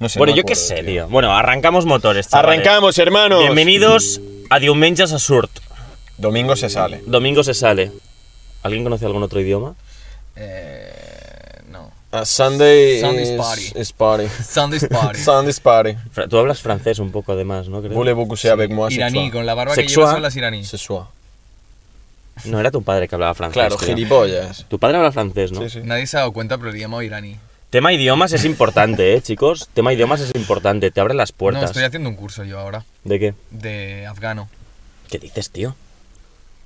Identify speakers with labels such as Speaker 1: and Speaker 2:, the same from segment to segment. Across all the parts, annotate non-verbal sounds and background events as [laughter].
Speaker 1: No sé,
Speaker 2: bueno,
Speaker 1: no me
Speaker 2: yo qué
Speaker 1: acuerdo,
Speaker 2: sé, tío. Bueno, arrancamos motores. chavales.
Speaker 1: Arrancamos, hermanos.
Speaker 2: Bienvenidos a Diumenges a Surt.
Speaker 1: Domingo se sale.
Speaker 2: Domingo se sale. ¿Alguien conoce algún otro idioma?
Speaker 3: Eh, no.
Speaker 1: A Sunday
Speaker 3: Sunday's
Speaker 1: is-
Speaker 3: party.
Speaker 1: is party.
Speaker 3: Sunday's
Speaker 2: [laughs]
Speaker 3: Party.
Speaker 1: Sunday's party.
Speaker 2: Fra- Tú hablas francés un poco además, ¿no? Creo.
Speaker 1: Voulez-vous coucher avec moi ce
Speaker 3: iraní,
Speaker 1: soir?
Speaker 3: con la barba que
Speaker 2: Sexual.
Speaker 3: llevas hablas iraní.
Speaker 1: Ce soir.
Speaker 2: No, era tu padre que hablaba francés.
Speaker 1: Claro,
Speaker 2: tío.
Speaker 1: gilipollas.
Speaker 2: Tu padre habla francés, ¿no?
Speaker 1: Sí, sí.
Speaker 3: Nadie se ha dado cuenta, pero le llamo iraní.
Speaker 2: Tema idiomas es importante, ¿eh, chicos? Tema idiomas es importante, te abre las puertas.
Speaker 3: No, estoy haciendo un curso yo ahora
Speaker 2: ¿De qué?
Speaker 3: de afgano.
Speaker 2: ¿Qué dices, tío?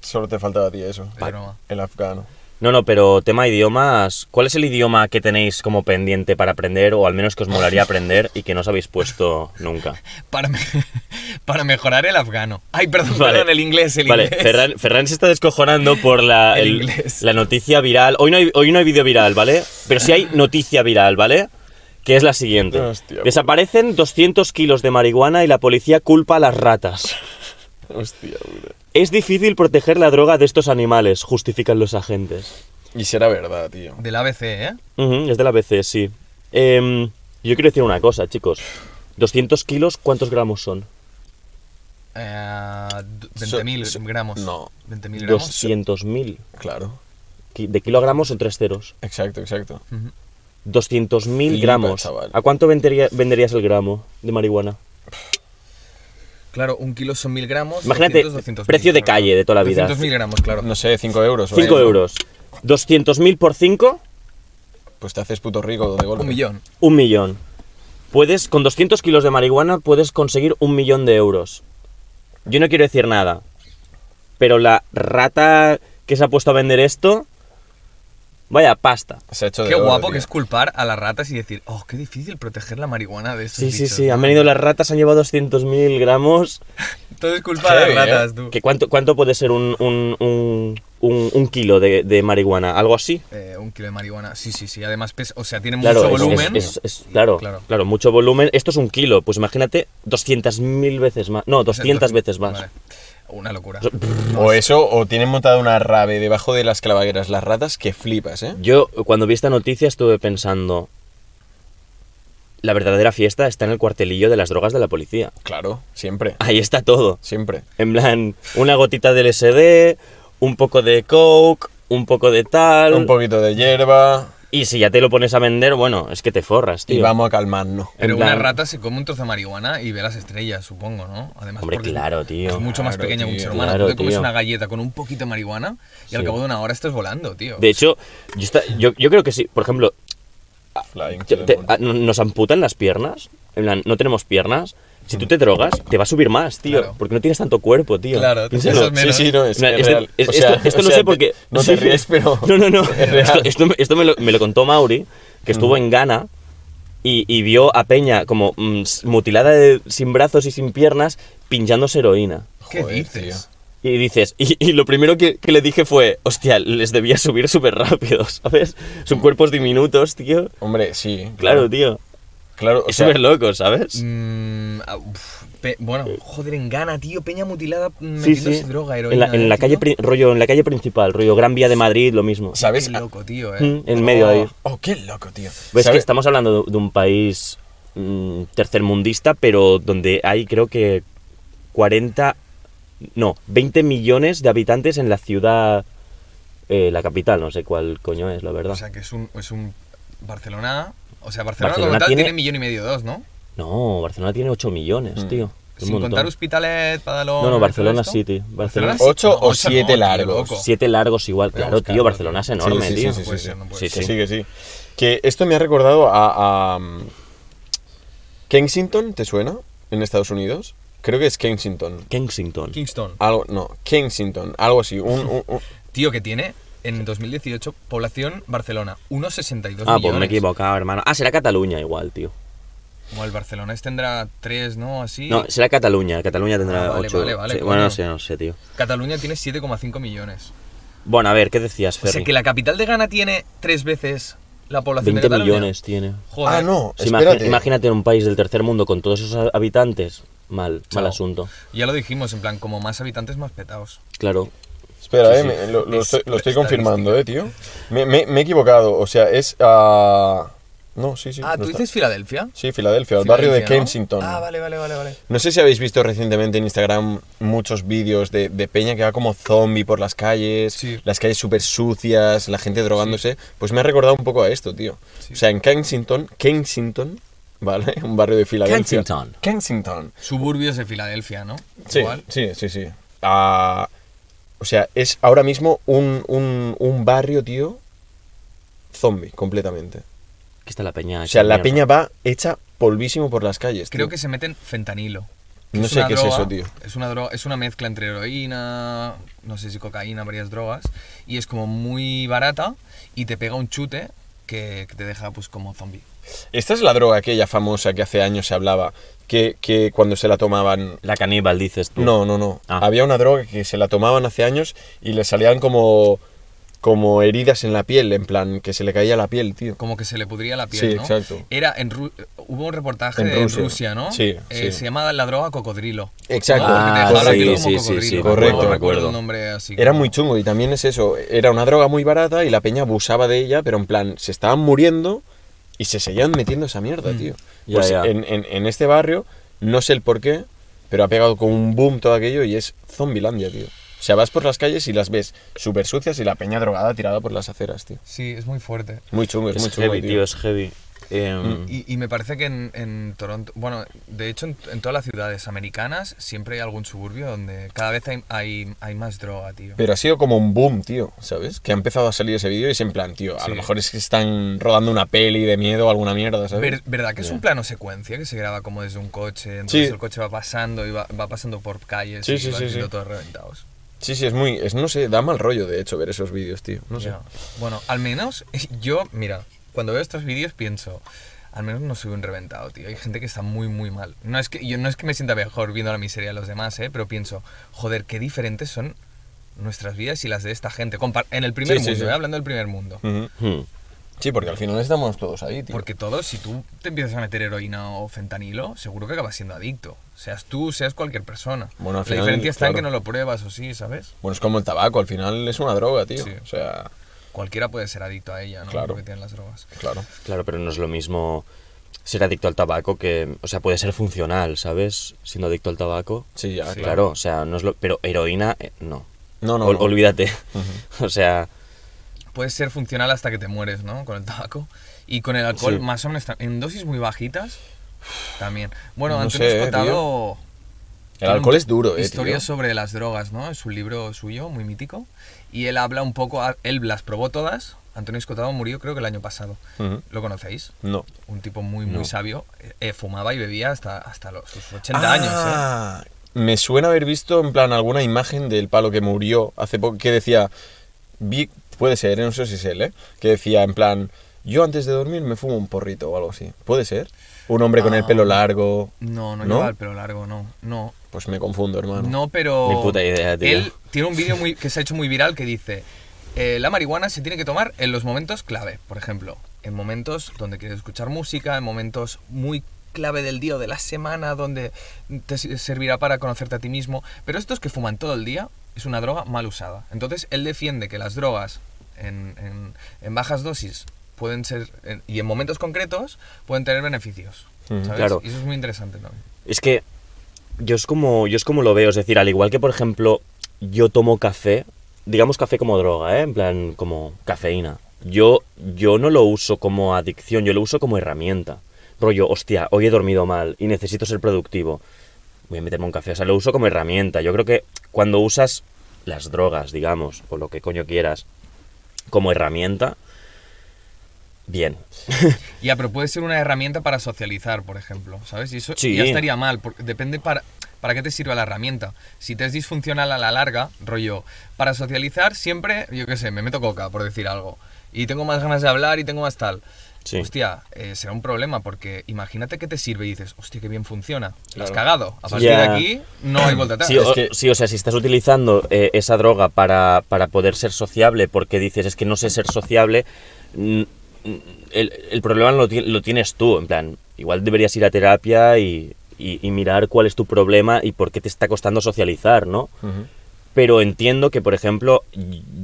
Speaker 1: Solo te faltaba a ti eso.
Speaker 3: De broma.
Speaker 1: El afgano.
Speaker 2: No, no, pero tema idiomas. ¿Cuál es el idioma que tenéis como pendiente para aprender o al menos que os molaría aprender y que no os habéis puesto nunca?
Speaker 3: Para, me- [laughs] para mejorar el afgano. Ay, [laughs] perdón,
Speaker 2: Vale.
Speaker 3: perdón, el inglés, el
Speaker 2: vale,
Speaker 3: inglés.
Speaker 2: Ferran, Ferran se está descojonando por la,
Speaker 3: [laughs] El
Speaker 2: el-
Speaker 3: inglés.
Speaker 2: la noticia viral. Hoy no, hay, hoy no hay vídeo viral, ¿vale? Pero sí hay noticia viral, ¿vale? Que es la siguiente.
Speaker 1: Hostia,
Speaker 3: pues.
Speaker 2: Desaparecen 200 kilos de marihuana y la policía culpa a las ratas.
Speaker 1: Hostia, bro.
Speaker 2: Es difícil proteger la droga de estos animales, justifican los agentes.
Speaker 1: Y será verdad, tío.
Speaker 3: Del ABC, ¿eh?
Speaker 2: Ujú, es de la BC, sí. Em, yo quiero decir una cosa, chicos. 200 kilos, ¿cuántos gramos son?
Speaker 3: Eh, d-
Speaker 1: So-
Speaker 3: 20.000
Speaker 1: so-
Speaker 3: gramos.
Speaker 1: no.
Speaker 3: 20.000 gramos.
Speaker 2: 200.000.
Speaker 1: Claro.
Speaker 2: Ki- De kilogramos son tres ceros.
Speaker 1: Exacto, exacto.
Speaker 3: Ujú.
Speaker 2: 200.000
Speaker 1: Flipa,
Speaker 2: gramos.
Speaker 1: chaval.
Speaker 2: ¿A cuánto vendería- venderías el gramo de marihuana?
Speaker 3: Claro, un kilo son 1.000 gramos.
Speaker 2: Imagínate,
Speaker 3: 200, 200.000,
Speaker 2: precio de
Speaker 3: claro.
Speaker 2: calle de toda la vida.
Speaker 3: 200.000 gramos, claro.
Speaker 1: No sé, 5 euros.
Speaker 2: 5
Speaker 1: vaya.
Speaker 2: euros. 200.000 por 5,
Speaker 1: Pues te haces puto rico de golpe.
Speaker 3: Un millón.
Speaker 2: un millón. Puedes, con 200 kilos de marihuana puedes conseguir un millón de euros. Yo no quiero decir nada, pero la rata que se ha puesto a vender esto, vaya pasta.
Speaker 1: Se ha hecho de
Speaker 3: Qué
Speaker 1: oro,
Speaker 3: guapo
Speaker 1: tío.
Speaker 3: que es culpar a las ratas y decir, oh, qué difícil proteger la marihuana de estos
Speaker 2: Sí, sí,
Speaker 3: bichos,
Speaker 2: sí,
Speaker 3: ¿no?
Speaker 2: han venido las ratas, han llevado 200.000 gramos.
Speaker 3: Todo es culpa de
Speaker 1: Heavy,
Speaker 3: las
Speaker 1: ¿eh?
Speaker 3: ratas, tú.
Speaker 2: ¿Que cuánto, ¿Cuánto puede ser un, un- un- un- un kilo de, de marihuana? ¿Algo así?
Speaker 3: Eh, un kilo de marihuana, sí, sí, sí. Además, pesa, o sea, tiene
Speaker 2: Claro,
Speaker 3: mucho
Speaker 2: es-
Speaker 3: volumen.
Speaker 2: es- es- es- claro,
Speaker 3: Claro.
Speaker 2: claro, mucho volumen. Esto es un kilo, pues imagínate 200.000 veces más. No,
Speaker 3: O sea,
Speaker 2: 200 veces
Speaker 3: entonces-
Speaker 2: más.
Speaker 3: [laughs] vale. Una locura.
Speaker 1: O eso, o tienen montada una rave debajo de las clavagueras las ratas que flipas, ¿eh?
Speaker 2: Yo cuando vi esta noticia estuve pensando, la verdadera fiesta está en el cuartelillo de las drogas de la policía.
Speaker 1: Claro, siempre.
Speaker 2: Ahí está todo.
Speaker 1: Siempre.
Speaker 2: En plan, una gotita de LSD, un poco de coke, un poco de tal.
Speaker 1: Un poquito de hierba
Speaker 2: Y si ya te lo pones a vender, bueno, es que te forras, tío. Eh,
Speaker 1: y vamos a calmarnos.
Speaker 2: En
Speaker 3: Pero una
Speaker 2: plan-
Speaker 3: rata se come un trozo de marihuana y ve las estrellas, supongo, ¿no? Además,
Speaker 2: Hombre,
Speaker 3: porque
Speaker 2: claro, tío.
Speaker 3: Es mucho más
Speaker 1: Claro,
Speaker 3: pequeña que un
Speaker 1: tío.
Speaker 3: ser humano.
Speaker 2: Claro,
Speaker 3: Tú te comes
Speaker 2: tío.
Speaker 3: una galleta con un poquito de marihuana y al
Speaker 2: Sí.
Speaker 3: cabo de una hora estás volando, tío.
Speaker 2: De hecho, yo, esta- yo- yo creo que sí. Por ejemplo,
Speaker 1: Flying
Speaker 2: te-
Speaker 1: to the
Speaker 2: te-
Speaker 1: moon.
Speaker 2: a- no- nos amputan las piernas. En plan, no tenemos piernas. Si
Speaker 1: Mm.
Speaker 2: tú te drogas, te va a subir más, tío.
Speaker 3: Claro.
Speaker 2: Porque no tienes tanto cuerpo, tío.
Speaker 3: Claro, te
Speaker 2: Piénsalo.
Speaker 3: pesas menos.
Speaker 1: Sí, sí, no, es,
Speaker 2: En plan,
Speaker 1: es
Speaker 2: este-
Speaker 1: real.
Speaker 2: es-
Speaker 1: O sea,
Speaker 2: esto esto
Speaker 1: o
Speaker 2: no
Speaker 1: sea,
Speaker 2: sé por qué.
Speaker 1: te- [laughs] No te ríes, pero...
Speaker 2: No, no, no.
Speaker 1: [laughs] Es real.
Speaker 2: Esto, esto me- esto me, lo, me lo contó Mauri, que estuvo en Ghana y, y vio a Peña como mm, s- mutilada de- sin brazos y sin piernas, pinchándose heroína.
Speaker 3: ¿Qué
Speaker 1: Joder,
Speaker 3: dices?
Speaker 2: Y dices, y, y lo primero que, que le dije fue, hostia, les debía subir súper rápido, [laughs] ¿sabes? Son cuerpos diminutos, tío.
Speaker 1: Hombre, sí.
Speaker 2: Claro, tío.
Speaker 1: Claro, o
Speaker 2: Es
Speaker 1: sea,
Speaker 2: súper loco, ¿sabes?
Speaker 3: Mm, ah, uf, pe- bueno, joder, en Ghana, tío. Peña mutilada mm,
Speaker 2: Eh, Sí,
Speaker 3: metiéndose
Speaker 2: sí. en
Speaker 3: droga, heroína.
Speaker 2: la, en la
Speaker 3: ¿eh,
Speaker 2: calle,
Speaker 3: tío?
Speaker 2: pri- rollo, en la calle principal, rollo Gran Vía de Madrid, lo mismo.
Speaker 1: ¿sabes?
Speaker 3: Qué
Speaker 1: Ah,
Speaker 3: loco, tío, eh.
Speaker 2: Mm, en medio ahí.
Speaker 1: Oh, qué loco, tío.
Speaker 2: Ves que
Speaker 1: ¿Sabes?
Speaker 2: estamos hablando de, de un país mm, tercermundista, pero donde hay creo que 40, no, 20 millones de habitantes en la ciudad, eh, la capital, no sé cuál coño es, la verdad.
Speaker 3: O sea, que es un, es un Barcelona. O sea, Barcelona, como
Speaker 2: Barcelona
Speaker 3: tal tiene...
Speaker 2: tiene
Speaker 3: millón y medio, dos, ¿no?
Speaker 2: no, Barcelona tiene 8 millones,
Speaker 1: Mm.
Speaker 2: tío. Un
Speaker 3: Sin
Speaker 2: montón.
Speaker 3: contar Hospitalet, Padalón.
Speaker 2: No, no, Barcelona
Speaker 3: ¿esto?
Speaker 2: City. Barcelona
Speaker 3: City.
Speaker 1: Ocho
Speaker 3: No,
Speaker 1: o siete
Speaker 3: tío,
Speaker 1: largos.
Speaker 3: loco.
Speaker 2: Siete largos igual,
Speaker 3: Voy a
Speaker 2: claro,
Speaker 3: buscarlo,
Speaker 2: tío, Barcelona es
Speaker 3: tío.
Speaker 2: enorme,
Speaker 1: Sí, sí,
Speaker 2: tío.
Speaker 1: sí, sí,
Speaker 3: puede
Speaker 1: sí.
Speaker 3: ser, no puede
Speaker 2: Sí,
Speaker 3: ser.
Speaker 1: Que sí, que sí. Que esto me ha recordado a, a, mm, Kensington, ¿te suena? En Estados Unidos. Creo que es Kensington.
Speaker 2: Kensington.
Speaker 3: Kingston.
Speaker 1: Algo, no, Kensington, algo así. Un, un- un-
Speaker 3: Tío, que tiene en 2018 población Barcelona, 1,62
Speaker 2: Ah, pues
Speaker 3: millones.
Speaker 2: me he equivocado, hermano. Ah, será Cataluña igual, tío.
Speaker 3: Como el Barcelona este tendrá 3, ¿no? Así.
Speaker 2: No, será Cataluña. Cataluña
Speaker 3: Ah,
Speaker 2: tendrá
Speaker 3: vale,
Speaker 2: 8.
Speaker 3: vale, vale,
Speaker 2: bueno,
Speaker 3: coño.
Speaker 2: no sé, no sé, tío.
Speaker 3: Cataluña tiene 7,5 millones.
Speaker 2: Bueno, a ver, ¿qué decías,
Speaker 3: O
Speaker 2: Ferri?
Speaker 3: sea, Pues que la capital de Ghana tiene 3 veces la población
Speaker 2: 20
Speaker 3: de Cataluña.
Speaker 2: millones tiene.
Speaker 3: Joder.
Speaker 1: Ah, no,
Speaker 2: Sí, imagi-
Speaker 1: espérate.
Speaker 2: imagínate un país del tercer mundo con todos esos habitantes. Mal,
Speaker 3: Chao.
Speaker 2: mal asunto.
Speaker 3: Ya lo dijimos, en plan, como más habitantes, más petados.
Speaker 2: Claro.
Speaker 1: Espera,
Speaker 2: Sí,
Speaker 1: eh,
Speaker 2: sí.
Speaker 1: me- lo, lo
Speaker 3: Es-
Speaker 1: estoy, lo estoy
Speaker 3: estadística.
Speaker 1: confirmando, eh, tío. Me, me- me he equivocado, o sea, es... ah, No, sí, sí.
Speaker 3: ah,
Speaker 1: no
Speaker 3: ¿tú
Speaker 1: está.
Speaker 3: dices Filadelfia?
Speaker 1: Sí, Filadelfia, el barrio
Speaker 3: Filadelfia,
Speaker 1: de
Speaker 3: ¿no?
Speaker 1: Kensington.
Speaker 3: Ah, vale, vale, vale, vale.
Speaker 1: No sé si habéis visto recientemente en Instagram muchos vídeos de, de peña que va como zombie por las calles,
Speaker 3: Sí.
Speaker 1: las calles súper sucias, la gente drogándose. Pues me ha recordado un poco a esto, tío.
Speaker 3: Sí.
Speaker 1: O sea, en Kensington, Kensington, [laughs] ¿vale? Un barrio de Filadelfia.
Speaker 2: Kensington.
Speaker 1: Kensington.
Speaker 3: Suburbios de Filadelfia, ¿no?
Speaker 1: Sí,
Speaker 3: Igual.
Speaker 1: sí, sí, sí. Ah, o sea, es ahora mismo un, un- un barrio, tío, zombie, completamente.
Speaker 2: Aquí está la peña.
Speaker 1: O sea, la
Speaker 2: mierda.
Speaker 1: peña va hecha polvísimo por las calles.
Speaker 3: Creo
Speaker 1: tío.
Speaker 3: que se meten fentanilo. que
Speaker 1: No sé
Speaker 3: una
Speaker 1: qué es
Speaker 3: droga-
Speaker 1: eso, tío.
Speaker 3: Es una, droga, es una mezcla entre heroína, no sé si cocaína, varias drogas. Y es como muy barata y te pega un chute que, que te deja pues como zombie.
Speaker 1: Esta es la droga aquella famosa que hace años se hablaba, que, que cuando se la tomaban...
Speaker 2: La caníbal, dices tú.
Speaker 1: No, no, no.
Speaker 2: Ah.
Speaker 1: Había una droga que se la tomaban hace años y le salían como, como heridas en la piel, en plan, que se le caía la piel, tío.
Speaker 3: Como que se le pudría la piel,
Speaker 1: Sí,
Speaker 3: ¿no?
Speaker 1: exacto.
Speaker 3: Era en Ru- hubo un reportaje
Speaker 1: En
Speaker 3: de- en Rusia,
Speaker 1: Rusia.
Speaker 3: ¿no?
Speaker 1: Sí,
Speaker 3: Eh,
Speaker 1: sí.
Speaker 3: Se llama la droga cocodrilo.
Speaker 1: Exacto.
Speaker 3: ¿no? Porque te
Speaker 2: Ah,
Speaker 3: dejaba la
Speaker 1: correcto.
Speaker 3: piel
Speaker 2: sí, sí,
Speaker 3: como
Speaker 2: sí,
Speaker 3: cocodrilo.
Speaker 2: sí, me
Speaker 1: Correcto.
Speaker 2: acuerdo,
Speaker 3: No
Speaker 2: me
Speaker 3: recuerdo
Speaker 2: acuerdo.
Speaker 3: el nombre así.
Speaker 1: Era
Speaker 3: como-
Speaker 1: muy chungo y también es eso, era una droga muy barata y la peña abusaba de ella, pero en plan, se estaban muriendo y se seguían metiendo esa mierda, tío.
Speaker 2: Mm. Ya,
Speaker 1: Pues
Speaker 2: ya.
Speaker 1: En, en- en este barrio, no sé el por qué, pero ha pegado con un boom todo aquello y es Zombilandia, tío. O sea, vas por las calles y las ves súper sucias y la peña drogada tirada por las aceras, tío.
Speaker 3: Sí, es muy fuerte.
Speaker 1: Muy chungo, es,
Speaker 2: Es
Speaker 1: muy chungo,
Speaker 2: heavy,
Speaker 1: tío.
Speaker 2: tío, es heavy.
Speaker 1: Mm.
Speaker 2: Em,
Speaker 3: Y, y me parece que en, en Toronto, bueno, de hecho en, en todas las ciudades americanas siempre hay algún suburbio donde cada vez hay, hay, hay más droga, tío.
Speaker 1: Pero ha sido como un boom, tío, ¿sabes? Que ha empezado a salir ese vídeo y es en plan, tío, a
Speaker 3: Sí.
Speaker 1: lo mejor es que están rodando una peli de miedo o alguna mierda, ¿sabes?
Speaker 3: Ver- ¿Verdad que es un plano secuencia que se graba como desde un coche? Entonces
Speaker 1: Sí.
Speaker 3: el coche va pasando y va, va pasando por calles
Speaker 1: Sí,
Speaker 3: y
Speaker 1: sí,
Speaker 3: va
Speaker 1: sí,
Speaker 3: siendo
Speaker 1: sí.
Speaker 3: todos reventados.
Speaker 1: Sí, sí, es muy. Es, no sé, da mal rollo de hecho ver esos vídeos, tío. No sé.
Speaker 3: Ya. Bueno, al menos [laughs] yo, mira, cuando veo estos vídeos pienso, al menos no soy un reventado, tío. Hay gente que está muy, muy mal. No es que, yo no es que me sienta mejor viendo la miseria de los demás, ¿eh? pero pienso, joder, qué diferentes son nuestras vidas y las de esta gente. Compar- en el primer
Speaker 1: Sí, sí,
Speaker 3: mundo,
Speaker 1: sí. Mm.
Speaker 3: ¿eh? hablando del primer mundo.
Speaker 1: Ujú.
Speaker 2: hmm.
Speaker 1: Sí, porque al final estamos todos ahí, tío.
Speaker 3: Porque todos, si tú te empiezas a meter heroína o fentanilo, seguro que acabas siendo adicto. Seas tú, seas cualquier persona.
Speaker 1: Bueno, al
Speaker 3: la
Speaker 1: final,
Speaker 3: diferencia está en que
Speaker 1: claro.
Speaker 3: no lo pruebas o sí, ¿sabes?
Speaker 1: Bueno, es como el tabaco, al final es una droga, tío.
Speaker 3: Sí.
Speaker 1: O sea,
Speaker 3: Cualquiera puede ser adicto a ella, ¿no?
Speaker 1: Claro.
Speaker 3: Lo que tienen las drogas.
Speaker 1: claro.
Speaker 2: Claro, pero no es lo mismo ser adicto al tabaco que. O sea, puede ser funcional, ¿sabes? Siendo adicto al tabaco.
Speaker 1: Sí, ya,
Speaker 2: Claro,
Speaker 1: claro.
Speaker 2: o sea, no es lo. Pero heroína, eh, no.
Speaker 1: No, no.
Speaker 2: Ol-
Speaker 1: no.
Speaker 2: Olvídate. [laughs] O sea,
Speaker 3: Puede ser funcional hasta que te mueres, ¿no? Con el tabaco. Y con el alcohol, más o menos, ta- en dosis muy bajitas, también. Bueno,
Speaker 1: No
Speaker 3: Antonio
Speaker 1: sé, eh,
Speaker 3: Escotado...
Speaker 1: El
Speaker 3: tiene
Speaker 1: alcohol
Speaker 3: un-
Speaker 1: es duro, eh.
Speaker 3: Historia
Speaker 1: tío.
Speaker 3: sobre las drogas, ¿no? Es un libro suyo, muy mítico. Y él habla un poco... a- Él las probó todas. Antonio Escotado murió creo que el año pasado.
Speaker 1: Ujú.
Speaker 3: ¿Lo conocéis?
Speaker 1: No.
Speaker 3: Un tipo muy, muy
Speaker 2: No.
Speaker 3: sabio. Eh, eh, fumaba y bebía hasta, hasta los, sus 80 años, ¿eh?
Speaker 1: Ah, Me suena haber visto, en plan, alguna imagen del palo que murió hace poco, que decía. vi- puede ser, eh, no sé si es él, eh. Que decía, en plan, yo antes de dormir me fumo un porrito o algo así. ¿Puede ser? Un hombre
Speaker 3: Ah.
Speaker 1: con el pelo largo.
Speaker 3: No,
Speaker 1: ¿No?
Speaker 3: no, llevaba el pelo largo, no. No,
Speaker 1: Pues me confundo, hermano.
Speaker 3: No, pero.
Speaker 2: Ni puta idea, tío.
Speaker 3: Él tiene un vídeo muy- que se ha hecho muy viral que dice: eh, La marihuana se tiene que tomar en los momentos clave. Por ejemplo, en momentos donde quieres escuchar música, en momentos muy clave del día o de la semana, donde te se- servirá para conocerte a ti mismo. Pero estos que fuman todo el día es una droga mal usada. Entonces, él defiende que las drogas en, en- en bajas dosis pueden ser en- y en momentos concretos pueden tener beneficios.
Speaker 1: Ujú.
Speaker 3: ¿sabes?
Speaker 2: Claro.
Speaker 3: Y eso es muy interesante también.
Speaker 2: es que. Yo es como. Yo es como lo veo. Es decir, al igual que, por ejemplo, yo tomo café. Digamos café como droga, ¿eh? En plan, como cafeína. Yo, yo no lo uso como adicción, yo lo uso como herramienta. Rollo, hostia, hoy he dormido mal y necesito ser productivo. voy a meterme un café. O sea, lo uso como herramienta. Yo creo que cuando usas las drogas, digamos, o lo que coño quieras, como herramienta, bien.
Speaker 3: Ya, pero puede ser una herramienta para socializar, por ejemplo, ¿sabes? Y eso
Speaker 2: Sí.
Speaker 3: ya estaría mal, porque depende para, para qué te sirva la herramienta. Si te es disfuncional a la larga, rollo, para socializar siempre, yo qué sé, me meto coca, por decir algo, y tengo más ganas de hablar y tengo más tal.
Speaker 2: Sí.
Speaker 3: Hostia, eh, será un problema, porque imagínate que te sirve y dices, hostia, qué bien funciona, lo has
Speaker 1: Claro.
Speaker 3: cagado. A
Speaker 2: Sí.
Speaker 3: partir de
Speaker 2: Ya.
Speaker 3: aquí, no hay vuelta atrás.
Speaker 2: Sí o,
Speaker 1: es que-
Speaker 2: sí, o sea, si estás utilizando eh, esa droga para, para poder ser sociable, porque dices, es que no sé ser sociable, mm, mm, el, el problema lo, ti- lo tienes tú, en plan, igual deberías ir a terapia y, y- y mirar cuál es tu problema y por qué te está costando socializar, ¿no?
Speaker 1: Ujú.
Speaker 2: pero entiendo que, por ejemplo,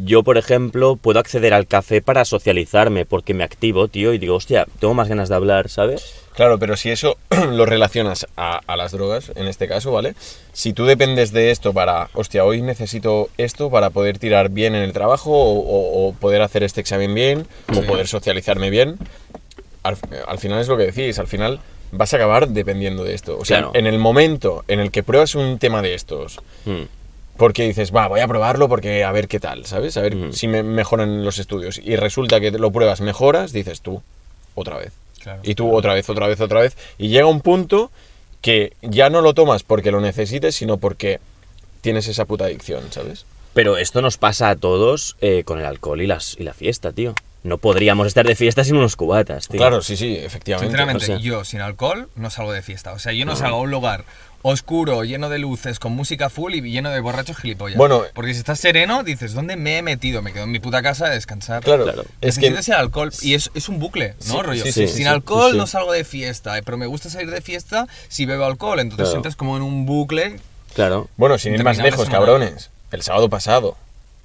Speaker 2: yo, por ejemplo, puedo acceder al café para socializarme, porque me activo, tío, y digo, hostia, tengo más ganas de hablar, ¿sabes?
Speaker 1: Claro, pero si eso [clears throat] lo relacionas a, a las drogas, en este caso, ¿vale? Si tú dependes de esto para, hostia, hoy necesito esto para poder tirar bien en el trabajo o, o- o poder hacer este examen bien o poder socializarme bien, al, eh, al final es lo que decís, al final vas a acabar dependiendo de esto. O sea,
Speaker 2: Claro.
Speaker 1: en el momento en el que pruebas un tema de estos,
Speaker 2: Hmm.
Speaker 1: porque dices, va, voy a probarlo porque a ver qué tal, ¿sabes? A ver
Speaker 2: Ujú.
Speaker 1: si me mejoran los estudios. Y resulta que lo pruebas, mejoras, dices tú, otra vez.
Speaker 3: Claro.
Speaker 1: Y tú otra vez, otra vez, otra vez. Y llega un punto que ya no lo tomas porque lo necesites, sino porque tienes esa puta adicción, ¿sabes?
Speaker 2: Pero esto nos pasa a todos eh, con el alcohol y, las, y la fiesta, tío. No podríamos estar de fiesta sin unos cubatas, tío.
Speaker 1: Claro, sí, sí, efectivamente. Pues,
Speaker 2: o
Speaker 3: Sinceramente,
Speaker 2: sea.
Speaker 3: yo sin alcohol no salgo de fiesta. O sea, yo no salgo a un lugar oscuro, lleno de luces, con música full y lleno de borrachos gilipollas.
Speaker 1: Bueno,
Speaker 3: Porque si estás sereno, dices, ¿dónde me he metido? Me quedo en mi puta casa a descansar.
Speaker 1: Claro,
Speaker 2: Claro.
Speaker 1: es que...
Speaker 3: Necesitas el alcohol y es, es un bucle, ¿no?
Speaker 1: Sí,
Speaker 3: rollo.
Speaker 1: sí, sí,
Speaker 3: sin
Speaker 1: sí,
Speaker 3: alcohol
Speaker 1: sí, sí.
Speaker 3: no salgo de fiesta, eh, pero me gusta salir de fiesta si bebo alcohol. Entonces
Speaker 2: Claro.
Speaker 3: entras como en un bucle.
Speaker 2: Claro.
Speaker 1: Bueno, sin ir más
Speaker 3: Interminable
Speaker 1: lejos,
Speaker 3: semana.
Speaker 1: cabrones. El sábado pasado.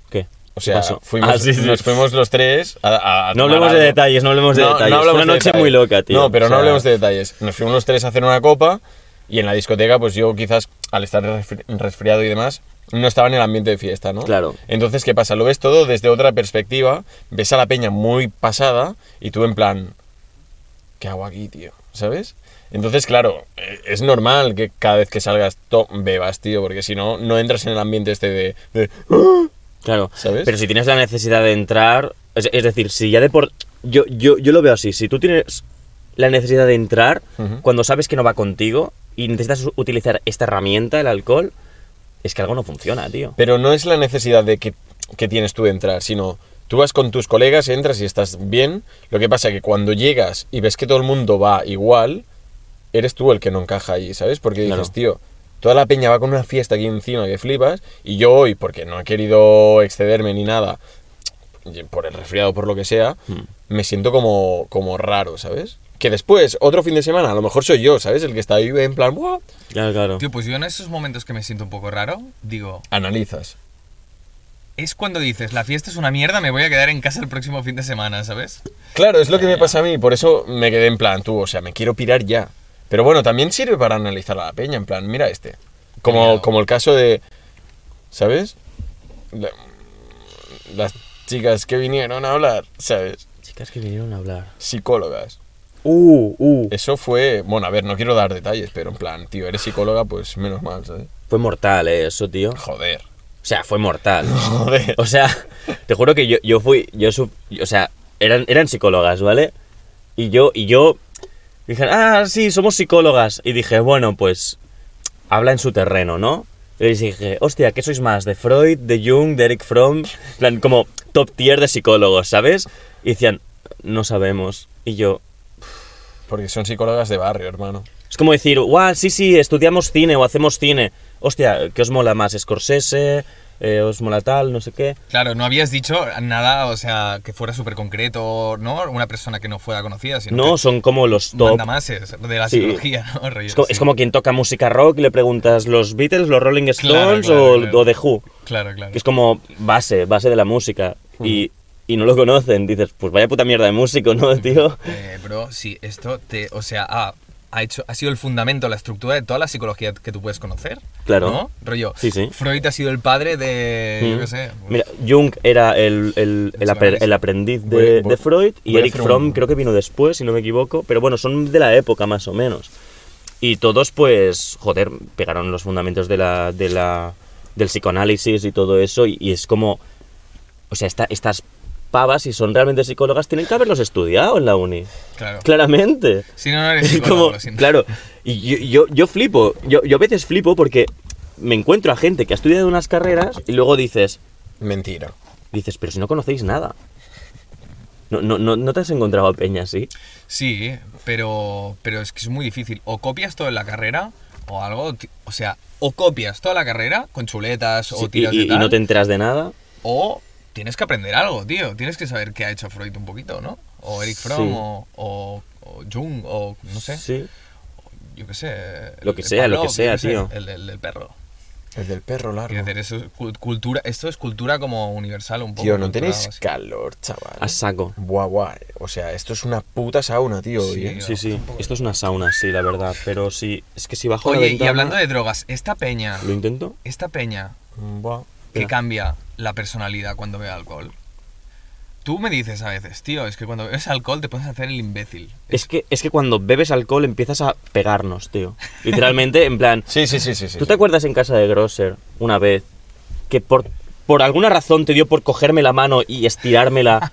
Speaker 2: ¿Qué?
Speaker 1: O
Speaker 2: ¿Qué
Speaker 1: sea,
Speaker 2: pasó?
Speaker 1: fuimos,
Speaker 2: Ah, sí, sí.
Speaker 1: nos fuimos los tres a, a- a
Speaker 2: No
Speaker 1: tomar
Speaker 2: hablemos de
Speaker 1: algo.
Speaker 2: detalles, no hablemos de detalles. Fue
Speaker 1: hablemos
Speaker 2: una
Speaker 1: de
Speaker 2: noche muy loca, tío.
Speaker 1: No, pero
Speaker 2: O
Speaker 1: no
Speaker 2: sea-
Speaker 1: hablemos de detalles. Nos fuimos los tres a hacer una copa y en la discoteca, pues yo quizás al estar resfri- resfriado y demás, no estaba en el ambiente de fiesta, ¿no?
Speaker 2: Claro.
Speaker 1: Entonces, ¿qué pasa? Lo ves todo desde otra perspectiva, ves a la peña muy pasada y tú en plan, ¿qué hago aquí, tío? ¿Sabes? Entonces, claro, eh, es normal que cada vez que salgas to- bebas, tío, porque si no, no entras en el ambiente este de... de, "Ah".
Speaker 2: Claro.
Speaker 1: ¿Sabes?
Speaker 2: Pero si tienes la necesidad de entrar. Es, es decir, si ya de por. Yo, yo, yo lo veo así. Si tú tienes la necesidad de entrar,
Speaker 1: Ujú.
Speaker 2: cuando sabes que no va contigo y necesitas u- utilizar esta herramienta, el alcohol, es que algo no funciona, tío.
Speaker 1: Pero no es la necesidad de que, que tienes tú de entrar, sino tú vas con tus colegas, entras y estás bien. Lo que pasa que cuando llegas y ves que todo el mundo va igual, eres tú el que no encaja ahí, ¿sabes? Porque dices,
Speaker 2: Claro.
Speaker 1: tío, toda la peña va con una fiesta aquí encima que flipas y yo hoy, porque no he querido excederme ni nada, y por el resfriado, por lo que sea, me siento como, como raro, ¿sabes? Que después, otro fin de semana, a lo mejor soy yo, ¿sabes? El que está ahí en plan, "Buah".
Speaker 2: Claro, claro.
Speaker 3: Tío, pues yo en esos momentos que me siento un poco raro, digo,
Speaker 1: analizas.
Speaker 3: es cuando dices, la fiesta es una mierda, me voy a quedar en casa el próximo fin de semana, ¿sabes?
Speaker 1: Claro, es lo que me pasa a mí, por eso me quedé en plan tú, o sea, me quiero pirar ya. Pero bueno, también sirve para analizar a la peña, en plan, mira este. Como,
Speaker 3: Claro.
Speaker 1: como el caso de, ¿sabes? La- las chicas que vinieron a hablar, ¿sabes?
Speaker 2: Chicas que vinieron a hablar.
Speaker 1: Psicólogas.
Speaker 2: Uh, uh.
Speaker 1: Eso fue, bueno, a ver, no quiero dar detalles, pero en plan, tío, eres psicóloga, pues menos mal, ¿sabes?
Speaker 2: Fue mortal, eh, eso, tío. O
Speaker 1: Joder, [laughs]
Speaker 2: sea, fue mortal.
Speaker 1: joder.
Speaker 2: O sea, te juro que yo, yo fui, yo su- o sea, eran, eran psicólogas, ¿vale? Y yo, y yo, dije, ah, sí, somos psicólogas. Y dije, bueno, pues, habla en su terreno, ¿no? Y les dije, hostia, ¿qué sois más? ¿De Freud, de Jung, de Eric Fromm? En plan, como top tier de psicólogos, ¿sabes? Y decían, no sabemos. Y yo,
Speaker 1: Porque son psicólogas de barrio, hermano.
Speaker 2: es como decir, guau, sí, sí, estudiamos cine o hacemos cine. Hostia, ¿qué os mola más? ¿Scorsese? Eh, ¿Os mola tal? No sé qué.
Speaker 3: Claro, no habías dicho nada, o sea, que fuera súper concreto, ¿no? Una persona que no fuera conocida, sino
Speaker 2: No,
Speaker 3: que
Speaker 2: son como los top.
Speaker 3: mandamases de la
Speaker 2: Sí.
Speaker 3: psicología, ¿no? Rollo,
Speaker 2: Es, co-
Speaker 3: sí.
Speaker 2: es como quien toca música rock y le preguntas los Beatles, los Rolling
Speaker 3: Claro,
Speaker 2: Stones
Speaker 3: claro,
Speaker 2: o,
Speaker 3: claro.
Speaker 2: o The Who,
Speaker 3: Claro, claro.
Speaker 2: que es como base, base de la música. Y, y no lo conocen. Dices, pues vaya puta mierda de músico, ¿no, tío?
Speaker 3: Eh, bro, sí, esto te. O sea, ha, ha hecho, ha sido el fundamento, la estructura de toda la psicología que tú puedes conocer.
Speaker 2: Claro.
Speaker 3: ¿No? Rollo.
Speaker 2: Sí, sí.
Speaker 3: Freud ha sido el padre de. Yo
Speaker 2: Mm.
Speaker 3: qué sé. pues,
Speaker 2: Mira, Jung era el, el- el
Speaker 3: Es la
Speaker 2: apre-
Speaker 3: risa.
Speaker 2: el aprendiz de,
Speaker 1: Voy- voy-
Speaker 2: de Freud y
Speaker 1: voy a
Speaker 2: Eric
Speaker 1: hacer un-
Speaker 2: Fromm creo que vino después, si no me equivoco, pero bueno, son de la época más o menos. Y todos, pues, joder, pegaron los fundamentos de la, de la, del psicoanálisis y todo eso, y, y es como, o sea, esta- estas pavas, si son realmente psicólogas, tienen que haberlos estudiado en la uni,
Speaker 3: Claro.
Speaker 2: claramente.
Speaker 3: Si no, no eres
Speaker 2: [laughs] Es
Speaker 3: psicólogo,
Speaker 2: como-
Speaker 3: lo siento.
Speaker 2: claro, y yo, yo, yo flipo, yo, yo a veces flipo porque me encuentro a gente que ha estudiado unas carreras y luego dices,
Speaker 1: Mentira.
Speaker 2: dices, pero si no conocéis nada. No, no, no, no te has encontrado a Peña así.
Speaker 3: Sí, pero, pero es que es muy difícil. O copias todo en la carrera o algo. ti- O sea, o copias toda la carrera con chuletas
Speaker 2: Sí,
Speaker 3: o
Speaker 2: y,
Speaker 3: tiras
Speaker 2: y-
Speaker 3: de
Speaker 2: y
Speaker 3: tal,
Speaker 2: no te enteras de nada.
Speaker 3: O tienes que aprender algo, tío. Tienes que saber qué ha hecho Freud un poquito, ¿no? O Eric Fromm
Speaker 2: Sí.
Speaker 3: o, o, o Jung o no sé.
Speaker 2: Sí.
Speaker 3: Yo qué sé.
Speaker 2: Lo
Speaker 3: el-
Speaker 2: que
Speaker 3: el
Speaker 2: sea, lo que
Speaker 3: Pavlov, yo
Speaker 2: sea,
Speaker 3: qué sé,
Speaker 2: tío.
Speaker 3: El, el del perro.
Speaker 1: El del perro largo.
Speaker 3: Quiero decir, eso es cu- cultura, esto es cultura como universal un poco.
Speaker 1: Tío, no
Speaker 3: cultura
Speaker 1: tenéis
Speaker 3: básica.
Speaker 1: calor, chaval.
Speaker 2: A saco.
Speaker 1: Buah, buah. eh, O sea, esto es una puta sauna, tío. hoy,
Speaker 3: Sí,
Speaker 1: ¿eh?
Speaker 2: Sí, sí. Esto es una sauna, sí, la verdad. Pero sí, es que si bajo la
Speaker 3: Oye, y
Speaker 2: ventana-
Speaker 3: hablando de drogas, esta peña,
Speaker 2: ¿Lo intento?
Speaker 3: esta peña
Speaker 1: Buah.
Speaker 3: que
Speaker 2: Ya.
Speaker 3: cambia la personalidad cuando bebe alcohol. Tú me dices a veces, tío, es que cuando bebes alcohol te pones a hacer el imbécil.
Speaker 2: Es que, es que cuando bebes alcohol empiezas a pegarnos, tío. Literalmente, en plan...
Speaker 1: Sí, sí, sí, sí. sí,
Speaker 2: ¿Tú
Speaker 1: sí.
Speaker 2: te acuerdas en casa de Grosser una vez que por, por alguna razón te dio por cogerme la mano y estirármela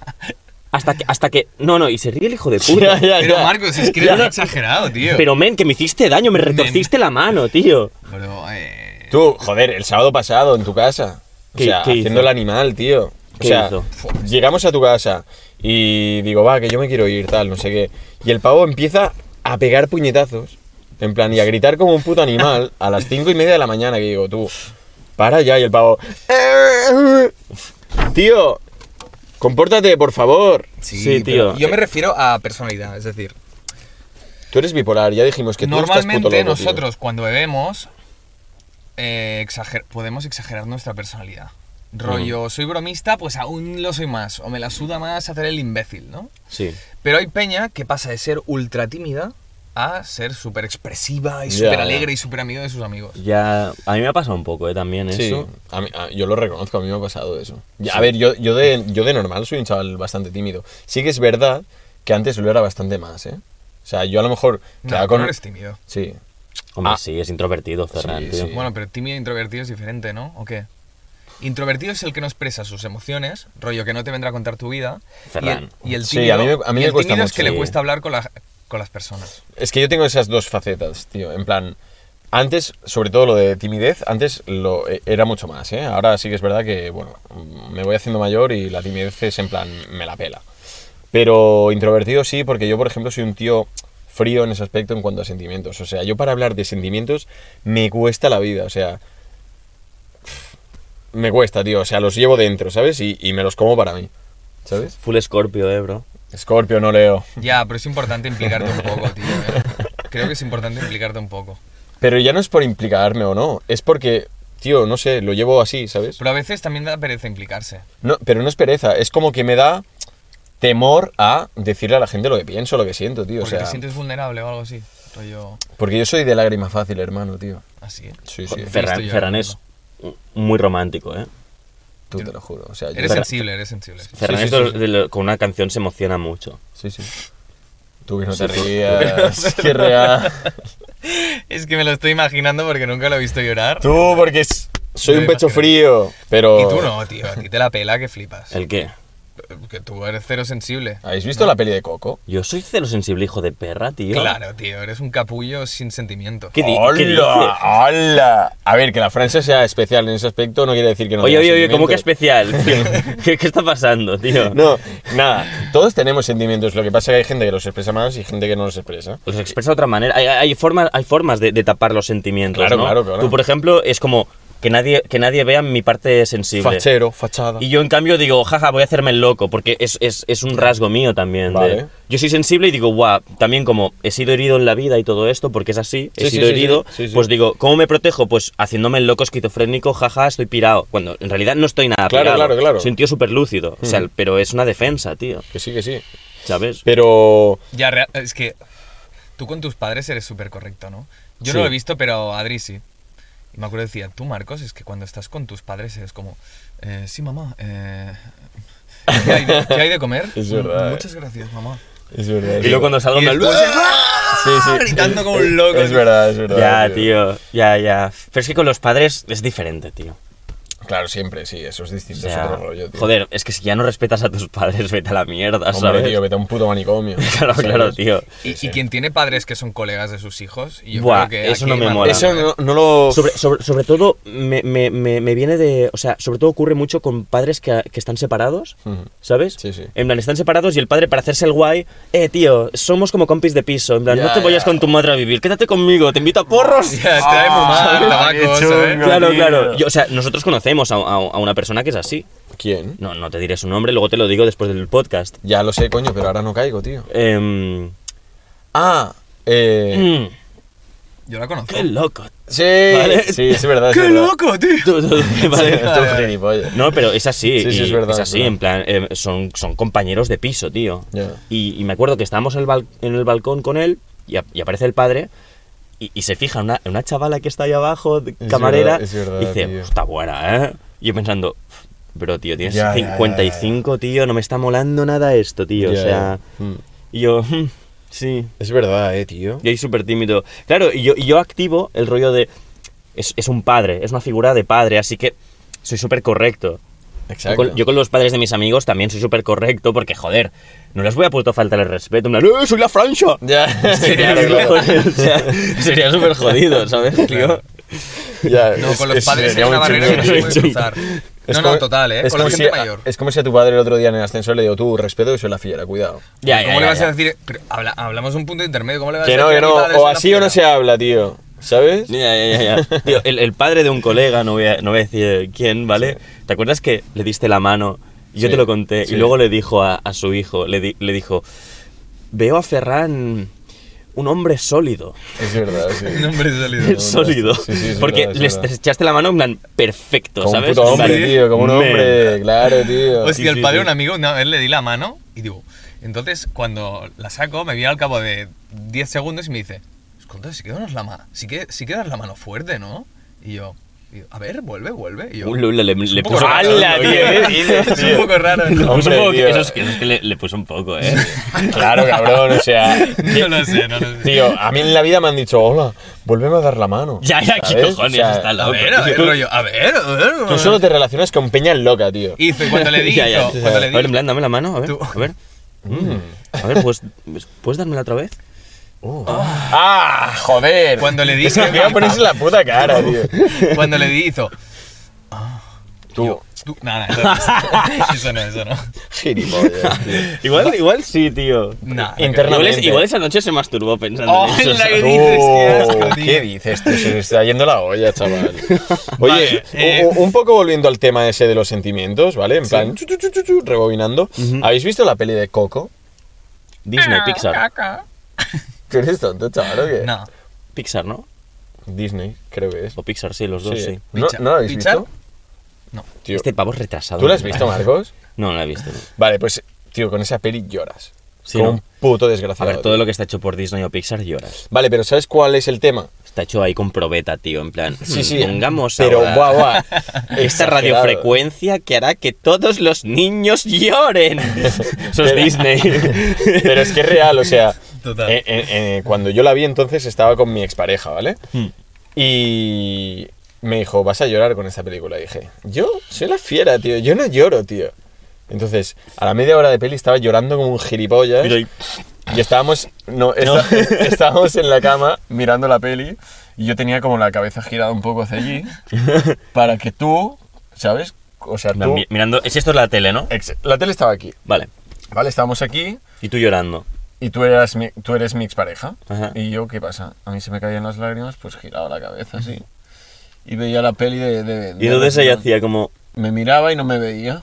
Speaker 2: hasta que... Hasta que no, no, y se ríe el hijo de puta. [laughs]
Speaker 1: Ya, ya,
Speaker 3: Pero
Speaker 1: ya.
Speaker 3: Marcos, es que eres un exagerado, tío.
Speaker 2: Pero, men, que me hiciste daño, me retorciste la mano, tío.
Speaker 3: Pero, eh,
Speaker 1: Tú, joder, el sábado pasado en tu casa. O
Speaker 2: ¿Qué-
Speaker 1: sea,
Speaker 2: qué
Speaker 1: haciendo
Speaker 2: hizo?
Speaker 1: el animal, tío. O
Speaker 2: ¿Qué
Speaker 1: sea,
Speaker 2: hizo?
Speaker 1: llegamos a tu casa y digo, va, que yo me quiero ir, tal, no sé qué. Y el pavo empieza a pegar puñetazos. En plan, y a gritar como un puto animal a las cinco y media de la mañana. Que digo, tú, para ya. Y el pavo. "Eh, Tío, compórtate, por favor.
Speaker 2: sí,
Speaker 3: pero
Speaker 2: tío.
Speaker 3: Yo me refiero a personalidad, es decir,
Speaker 1: Tú eres bipolar, ya dijimos que tú estás puto
Speaker 3: normalmente
Speaker 1: loco, tío.
Speaker 3: nosotros cuando bebemos eh, exager- podemos exagerar nuestra personalidad. Rollo, soy bromista, pues aún lo soy más. O me la suda más hacer el imbécil, ¿no?
Speaker 2: Sí.
Speaker 3: Pero hay peña que pasa de ser ultra tímida a ser súper expresiva y
Speaker 1: Ya,
Speaker 3: súper
Speaker 1: ya.
Speaker 3: alegre y súper amigo de sus amigos.
Speaker 2: Ya... A mí me ha pasado un poco, eh, también
Speaker 1: Sí,
Speaker 2: eso.
Speaker 1: a mí- a- yo lo reconozco, a mí me ha pasado eso. Y, A ver, yo, yo, de, yo de normal soy un chaval bastante tímido. Sí que es verdad que antes lo era bastante más, ¿eh? O sea, yo a lo mejor...
Speaker 3: No,
Speaker 1: quedaba
Speaker 3: tú
Speaker 1: con-
Speaker 3: no eres tímido.
Speaker 1: Sí.
Speaker 2: Hombre,
Speaker 1: Ah.
Speaker 2: sí, es introvertido, Ferran,
Speaker 1: Sí,
Speaker 2: tío.
Speaker 1: sí.
Speaker 3: Bueno, pero tímido e introvertido es diferente, ¿no? ¿O qué? Introvertido es el que no expresa sus emociones, rollo que no te vendrá a contar tu vida. Y el,
Speaker 2: Ferran.
Speaker 3: y el
Speaker 1: Sí,
Speaker 3: tímido,
Speaker 1: a mí me- a mí
Speaker 3: y
Speaker 1: me
Speaker 3: el
Speaker 1: cuesta
Speaker 3: tímido es que
Speaker 1: mucho.
Speaker 3: le
Speaker 2: Sí.
Speaker 3: cuesta hablar con, la- con las personas.
Speaker 1: Es que yo tengo esas dos facetas, tío. En plan, antes, sobre todo lo de timidez, antes lo e- era mucho más, ¿eh? Ahora sí que es verdad que, bueno, mm, me voy haciendo mayor y la timidez es en plan, me la pela. Pero introvertido sí, porque yo, por ejemplo, soy un tío frío en ese aspecto en cuanto a sentimientos. O sea, yo para hablar de sentimientos me cuesta la vida, o sea... Me cuesta, tío. O sea, los llevo dentro, ¿sabes? Y, y me los como para mí. ¿Sabes?
Speaker 2: Full Scorpio, eh, bro.
Speaker 1: Scorpio, no leo.
Speaker 3: Ya, pero es importante implicarte un poco, tío. ¿eh? Creo que es importante implicarte un poco.
Speaker 1: Pero ya no es por implicarme o no, es porque, tío, no sé, lo llevo así, ¿sabes?
Speaker 3: Pero a veces también da pereza implicarse.
Speaker 1: No, pero no es pereza, es como que me da temor a decirle a la gente lo que pienso, lo que siento, tío. O
Speaker 3: Porque
Speaker 1: sea,
Speaker 3: te sientes vulnerable o algo así. Rollo
Speaker 1: porque yo soy de lágrima fácil, hermano, tío.
Speaker 3: así. ¿eh?
Speaker 1: Sí, sí,
Speaker 2: Ferran,
Speaker 3: estoy
Speaker 2: Ferran
Speaker 3: llorando.
Speaker 2: es muy romántico, eh.
Speaker 1: tú te lo juro. O sea, yo-
Speaker 3: Eres
Speaker 2: Ferran-
Speaker 3: sensible, eres sensible.
Speaker 2: Ferran
Speaker 1: Sí, sí,
Speaker 2: es de
Speaker 1: sí,
Speaker 2: lo-
Speaker 1: sí.
Speaker 2: de lo- con una canción se emociona mucho.
Speaker 1: Sí, sí. Tú que no te
Speaker 2: [laughs] Sí, tú-
Speaker 1: rías, qué real.
Speaker 3: Es que me lo estoy imaginando porque nunca lo he visto llorar.
Speaker 1: Tú, eh, porque es- soy
Speaker 3: Me
Speaker 1: un
Speaker 3: lo
Speaker 1: pecho
Speaker 3: imagino.
Speaker 1: frío, pero...
Speaker 3: Y tú no, tío. A ti te la pela que flipas.
Speaker 2: ¿El qué?
Speaker 3: Que tú eres cero sensible.
Speaker 1: ¿Habéis visto la peli de Coco?
Speaker 2: Yo soy cero sensible, hijo de perra, tío.
Speaker 3: Claro, tío. Eres un capullo sin sentimiento.
Speaker 2: ¿Qué, di- qué dices?
Speaker 1: ¡Hola! ¡Hola! A ver, que la Francia sea especial en ese aspecto no quiere decir que no
Speaker 2: Oye,
Speaker 1: tenga
Speaker 2: oye, oye, ¿cómo que
Speaker 1: sentimientos.
Speaker 2: especial, tío? [laughs] ¿Qué, qué está pasando, tío?
Speaker 1: No, nada, todos tenemos sentimientos, lo que pasa es que hay gente que los expresa más y gente que no los expresa.
Speaker 2: Los Pues expresa de otra manera. Hay, hay formas, hay formas de, de tapar los sentimientos,
Speaker 1: Claro,
Speaker 2: ¿no?
Speaker 1: claro, claro.
Speaker 2: Tú, por ejemplo, es como que nadie, que nadie vea mi parte sensible.
Speaker 1: Fachero, fachada.
Speaker 2: Y yo, en cambio, digo, jaja, voy a hacerme el loco, porque es, es- es un rasgo mío también. de-
Speaker 1: Vale.
Speaker 2: yo soy sensible y digo, guau, también como he sido herido en la vida y todo esto, porque es así, he
Speaker 1: Sí, sí,
Speaker 2: sido
Speaker 1: sí,
Speaker 2: herido,
Speaker 1: sí, sí, sí.
Speaker 2: pues digo, ¿cómo me protejo? Pues haciéndome el loco esquizofrénico, jaja, estoy pirado. Cuando en realidad no estoy nada
Speaker 1: Claro,
Speaker 2: pirado.
Speaker 1: claro, claro.
Speaker 2: Soy un tío súper lúcido, o sea, pero es una defensa, tío,
Speaker 1: Que sí, que sí.
Speaker 2: ¿sabes?
Speaker 1: Pero...
Speaker 3: Ya, rea- es que tú con tus padres eres súper correcto, ¿no? Yo
Speaker 1: Sí.
Speaker 3: no lo he visto, pero Adri sí. Y me acuerdo decía, tú Marcos, es que cuando estás con tus padres eres como, "Eh, sí mamá, eh, ¿qué, hay de, qué hay de comer?
Speaker 1: [laughs] Es verdad, eh.
Speaker 3: "Mm, Muchas gracias mamá.
Speaker 1: Es verdad.
Speaker 2: Y luego cuando salgo
Speaker 3: Y
Speaker 2: me...
Speaker 3: después- [laughs] Ah, gritando como un loco.
Speaker 1: Es verdad, es verdad.
Speaker 2: Ya, tío, ya, ya. Pero es que con los padres es diferente, tío.
Speaker 1: Claro, siempre, sí, eso es distinto,
Speaker 2: O sea,
Speaker 1: es otro rollo, tío.
Speaker 2: joder, es que si ya no respetas a tus padres, vete a la mierda,
Speaker 1: Hombre,
Speaker 2: ¿sabes?
Speaker 1: tío, vete a un puto manicomio.
Speaker 2: [laughs] claro,
Speaker 1: ¿sabes?
Speaker 2: claro, tío.
Speaker 3: Y, y quien tiene padres que son colegas de sus hijos, y yo
Speaker 2: Buah,
Speaker 3: creo que
Speaker 2: eso
Speaker 3: aquí
Speaker 2: no me
Speaker 3: Marcos-
Speaker 2: mola.
Speaker 1: Eso no, no lo...
Speaker 2: Sobre, sobre, sobre todo me, me- me- me viene de... O sea, sobre todo ocurre mucho con padres que, que están separados,
Speaker 1: Ujú.
Speaker 2: ¿sabes?
Speaker 1: Mm. Sí, sí.
Speaker 2: En plan, están separados y el padre para hacerse el guay, eh, tío, somos como compis de piso, en plan,
Speaker 1: Ya,
Speaker 2: no te vayas
Speaker 1: ya.
Speaker 2: con tu madre a vivir, quédate conmigo, te invito a
Speaker 1: [laughs]
Speaker 2: porros.
Speaker 3: [laughs] Ya, trae fumar, tabaco,
Speaker 2: [laughs]
Speaker 3: ¿sabes?
Speaker 2: Claro, claro. Yo, o sea, nosotros conocemos a, a- a una persona que es así.
Speaker 1: ¿Quién?
Speaker 2: No, no te diré su nombre, luego te lo digo después del podcast.
Speaker 1: Ya lo sé, coño, pero ahora no caigo, tío.
Speaker 2: Em,
Speaker 1: Ah, eh...
Speaker 2: mm,
Speaker 3: Yo la conozco.
Speaker 2: ¡Qué loco!
Speaker 1: Sí,
Speaker 2: Vale.
Speaker 1: sí, es verdad. es
Speaker 3: ¡Qué
Speaker 1: verdad.
Speaker 3: loco, tío!
Speaker 2: Tú- tú-
Speaker 1: Sí,
Speaker 2: [laughs] vale.
Speaker 1: esto es un gilipollas.
Speaker 2: No, pero es así.
Speaker 1: Sí, sí,
Speaker 2: y
Speaker 1: es verdad,
Speaker 2: Es
Speaker 1: es
Speaker 2: así,
Speaker 1: verdad.
Speaker 2: en plan, eh, son, son compañeros de piso, tío.
Speaker 1: Ya.
Speaker 2: Y, y me acuerdo que estábamos en el, bal- en el balcón con él y, ap- y aparece el padre y, y se fija en una, en una chavala que está ahí abajo, de-
Speaker 1: verdad,
Speaker 2: camarera,
Speaker 1: es verdad,
Speaker 2: y dice,
Speaker 1: tío.
Speaker 2: está buena, ¿eh? Y yo pensando, bro, tío, tienes
Speaker 1: Ya, ya, ya,
Speaker 2: 55, tío, no me está molando nada esto, tío.
Speaker 1: Ya,
Speaker 2: o sea,
Speaker 1: ya. Mm.
Speaker 2: y yo, "Mm, sí,
Speaker 1: Es verdad, eh, tío.
Speaker 2: y ahí súper tímido. Claro, y yo, y yo activo el rollo de. Es, es un padre, es una figura de padre, así que soy súper correcto. Yo
Speaker 1: Exacto.
Speaker 2: con, yo con los padres de mis amigos también soy súper correcto, porque joder, no les voy a puesto falta el respeto. en plan, ¡Eh, soy la Francia!
Speaker 1: [laughs] Ya,
Speaker 2: [laughs] Sería,
Speaker 1: claro, claro.
Speaker 2: o sea, sería súper jodido, ¿sabes, tío?
Speaker 1: Ya,
Speaker 3: No,
Speaker 1: es-
Speaker 3: con los
Speaker 1: es-
Speaker 3: padres
Speaker 1: sería
Speaker 3: sería una
Speaker 1: muy
Speaker 3: barrera
Speaker 1: chungo,
Speaker 3: que no
Speaker 1: tío.
Speaker 3: se
Speaker 2: tío.
Speaker 3: puede cruzar.
Speaker 1: [laughs] Es
Speaker 3: No,
Speaker 1: como-
Speaker 3: no, total, ¿eh?
Speaker 1: es
Speaker 3: Con la
Speaker 1: como
Speaker 3: gente
Speaker 1: si-
Speaker 3: mayor.
Speaker 1: Es como si a tu padre el otro día en el ascensor le digo, tú, respeto que soy la fiera, cuidado.
Speaker 2: Ya, ya,
Speaker 3: ¿Cómo le
Speaker 2: ya,
Speaker 3: vas
Speaker 2: ya.
Speaker 3: a decir? Pero habla- hablamos de un punto intermedio. ¿Cómo le vas
Speaker 1: Que
Speaker 3: a
Speaker 1: no, que
Speaker 3: decir?
Speaker 1: no,
Speaker 3: mi padre es
Speaker 1: o
Speaker 3: una
Speaker 1: así o no se
Speaker 3: fiera?
Speaker 1: habla, tío. ¿Sabes?
Speaker 2: Ya, ya, ya,
Speaker 1: [laughs]
Speaker 2: ya. Tío, el, el padre de un colega, no voy a, no voy a decir quién, ¿vale? ¿Te acuerdas que le diste la mano?
Speaker 1: Sí,
Speaker 2: Yo te lo conté.
Speaker 1: sí.
Speaker 2: Y luego le dijo a, a su hijo, le, di- le dijo, veo a Ferran un hombre sólido.
Speaker 1: [laughs] Es verdad,
Speaker 3: [laughs]
Speaker 1: sí.
Speaker 3: Un hombre
Speaker 1: [laughs]
Speaker 3: sólido.
Speaker 1: verdad.
Speaker 2: [laughs] sólido.
Speaker 1: Sí, sí, es
Speaker 2: Porque
Speaker 1: verdad, es
Speaker 2: les
Speaker 1: verdad.
Speaker 2: echaste la mano en plan perfecto,
Speaker 1: Como un
Speaker 2: ¿sabes?
Speaker 1: puto hombre,
Speaker 2: En plan,
Speaker 1: tío, como un
Speaker 2: "Man".
Speaker 1: hombre, claro, tío.
Speaker 3: Hostia,
Speaker 2: Sí,
Speaker 3: Pues el
Speaker 2: sí,
Speaker 3: padre de
Speaker 2: sí.
Speaker 3: un amigo, una vez le di la mano y digo, entonces cuando la saco me viene al cabo de 10 segundos y me dice, escolta, si quedas la mano, si, que, si quedas la mano fuerte, ¿no? Y yo, y yo, a ver, vuelve, vuelve. Y yo,
Speaker 2: Uy, le, le- le
Speaker 3: un poco
Speaker 2: puso
Speaker 3: raro,
Speaker 2: ¡Hala,
Speaker 1: ¿no?
Speaker 2: tío!
Speaker 1: ¿Qué
Speaker 3: [laughs]
Speaker 2: ¿eh?
Speaker 1: dices,
Speaker 3: es
Speaker 1: tío?
Speaker 3: un poco raro.
Speaker 2: Le
Speaker 3: ¿no? [laughs]
Speaker 2: puso un
Speaker 1: Hombre,
Speaker 2: poco,
Speaker 1: tío.
Speaker 2: eso es que, eso es que le, le puso un poco, ¿eh?
Speaker 1: Claro, cabrón, o sea.
Speaker 2: [laughs]
Speaker 3: No lo sé, no lo sé.
Speaker 1: Tío, a mí en la vida me han dicho, hola, vuélveme a dar la mano.
Speaker 2: ya, ya, ¿qué
Speaker 1: ¿Sabes?
Speaker 2: cojones?
Speaker 1: O sea,
Speaker 2: está
Speaker 3: A
Speaker 2: loco.
Speaker 3: ver, a ver, rollo, a ver, a ver. a
Speaker 1: Tú
Speaker 3: ver.
Speaker 1: solo te relacionas con peña loca, tío.
Speaker 3: Y hizo, y cuando le
Speaker 2: [laughs]
Speaker 3: di,
Speaker 2: Ya, ya.
Speaker 3: hizo, cuando le
Speaker 2: A ver, en
Speaker 3: di,
Speaker 2: plan, dame la mano, a ver,
Speaker 3: Tú.
Speaker 2: a ver. Mm. A ver, pues, ¿puedes dármela otra vez?
Speaker 1: Uh. ¡Ah! ¡Joder!
Speaker 3: Cuando le di-
Speaker 1: Es que me iba a ponerse en la puta cara, tío.
Speaker 3: cuando le di, hizo,
Speaker 1: Tú,
Speaker 3: [laughs] tú, nada, eso, [laughs] eso no, eso no.
Speaker 1: gilipollas, tío.
Speaker 2: Igual, igual sí, tío.
Speaker 3: Nah.
Speaker 2: Igual, es-
Speaker 1: Internamente.
Speaker 2: igual esa noche se masturbó pensando
Speaker 3: Oh,
Speaker 2: en eso.
Speaker 3: [laughs] la
Speaker 2: ¿sabes?
Speaker 3: que dices, qué asco,
Speaker 1: Oh,
Speaker 3: tío.
Speaker 1: ¿Qué dices? tío? Se me está yendo la olla,
Speaker 3: [laughs]
Speaker 1: chaval. Oye,
Speaker 3: Vale,
Speaker 1: u-
Speaker 3: eh.
Speaker 1: u- un poco volviendo al tema ese de los sentimientos, ¿vale? En plan, chu, chu, chu, chu, chu, rebobinando. ¿Habéis visto la peli de Coco? [laughs]
Speaker 2: Disney,
Speaker 3: Ah,
Speaker 2: Pixar. Eh,
Speaker 1: ¿Tú eres tonto, chaval, o qué?
Speaker 3: No.
Speaker 2: Pixar, ¿no?
Speaker 1: Disney, creo que es.
Speaker 2: O Pixar, sí, los dos, sí.
Speaker 1: ¿No,
Speaker 3: Pichar.
Speaker 1: ¿No la habéis
Speaker 3: Pichar.
Speaker 1: visto?
Speaker 3: No.
Speaker 1: Tío,
Speaker 2: Este pavo es retrasado.
Speaker 3: [laughs]
Speaker 1: ¿Tú la has visto, Marcos?
Speaker 2: No, no la he visto. no.
Speaker 1: Vale, pues, tío, con esa peli lloras.
Speaker 2: Sí,
Speaker 1: Como
Speaker 2: ¿no?
Speaker 1: un puto
Speaker 2: A
Speaker 1: desgraciado.
Speaker 2: ver, todo lo que está hecho por Disney o Pixar lloras.
Speaker 1: Vale, pero ¿sabes cuál es el tema?
Speaker 2: Está hecho ahí con probeta, tío, en plan.
Speaker 1: Sí,
Speaker 2: mm,
Speaker 1: sí.
Speaker 2: Pongamos
Speaker 1: Pero,
Speaker 2: ahora
Speaker 1: guau, guau.
Speaker 2: Esta
Speaker 1: Exagerado.
Speaker 2: radiofrecuencia que hará que todos los niños lloren. Eso es
Speaker 1: Pero-
Speaker 2: Disney.
Speaker 1: [laughs] Pero es que es real, o sea,
Speaker 3: Total.
Speaker 1: eh, eh, eh, cuando yo la vi entonces estaba con mi expareja, ¿vale?
Speaker 2: Hmm.
Speaker 1: Y me dijo, vas a llorar con esta película. Y dije, yo soy la fiera, tío, yo no lloro, tío. Entonces, a la media hora de peli estaba llorando como un gilipollas.
Speaker 2: Pero y-
Speaker 1: Y estábamos, no, esta- estábamos en la cama mirando la peli y yo tenía como la cabeza girada un poco hacia allí para que tú, ¿sabes? O sea, tú...
Speaker 2: Mi- Mirando, si esto es la tele, ¿no?
Speaker 1: Ex- La tele estaba aquí,
Speaker 2: Vale.
Speaker 1: ¿vale? Estábamos aquí
Speaker 2: Y tú llorando.
Speaker 1: y tú, eras mi, tú eres mi expareja.
Speaker 2: Ajá.
Speaker 1: Y yo, ¿qué pasa? A mí se me caían las lágrimas, pues giraba la cabeza así. Y veía la peli de... de- de-
Speaker 2: Y entonces ella
Speaker 1: de-
Speaker 2: hacía como.
Speaker 1: Me miraba y no me veía.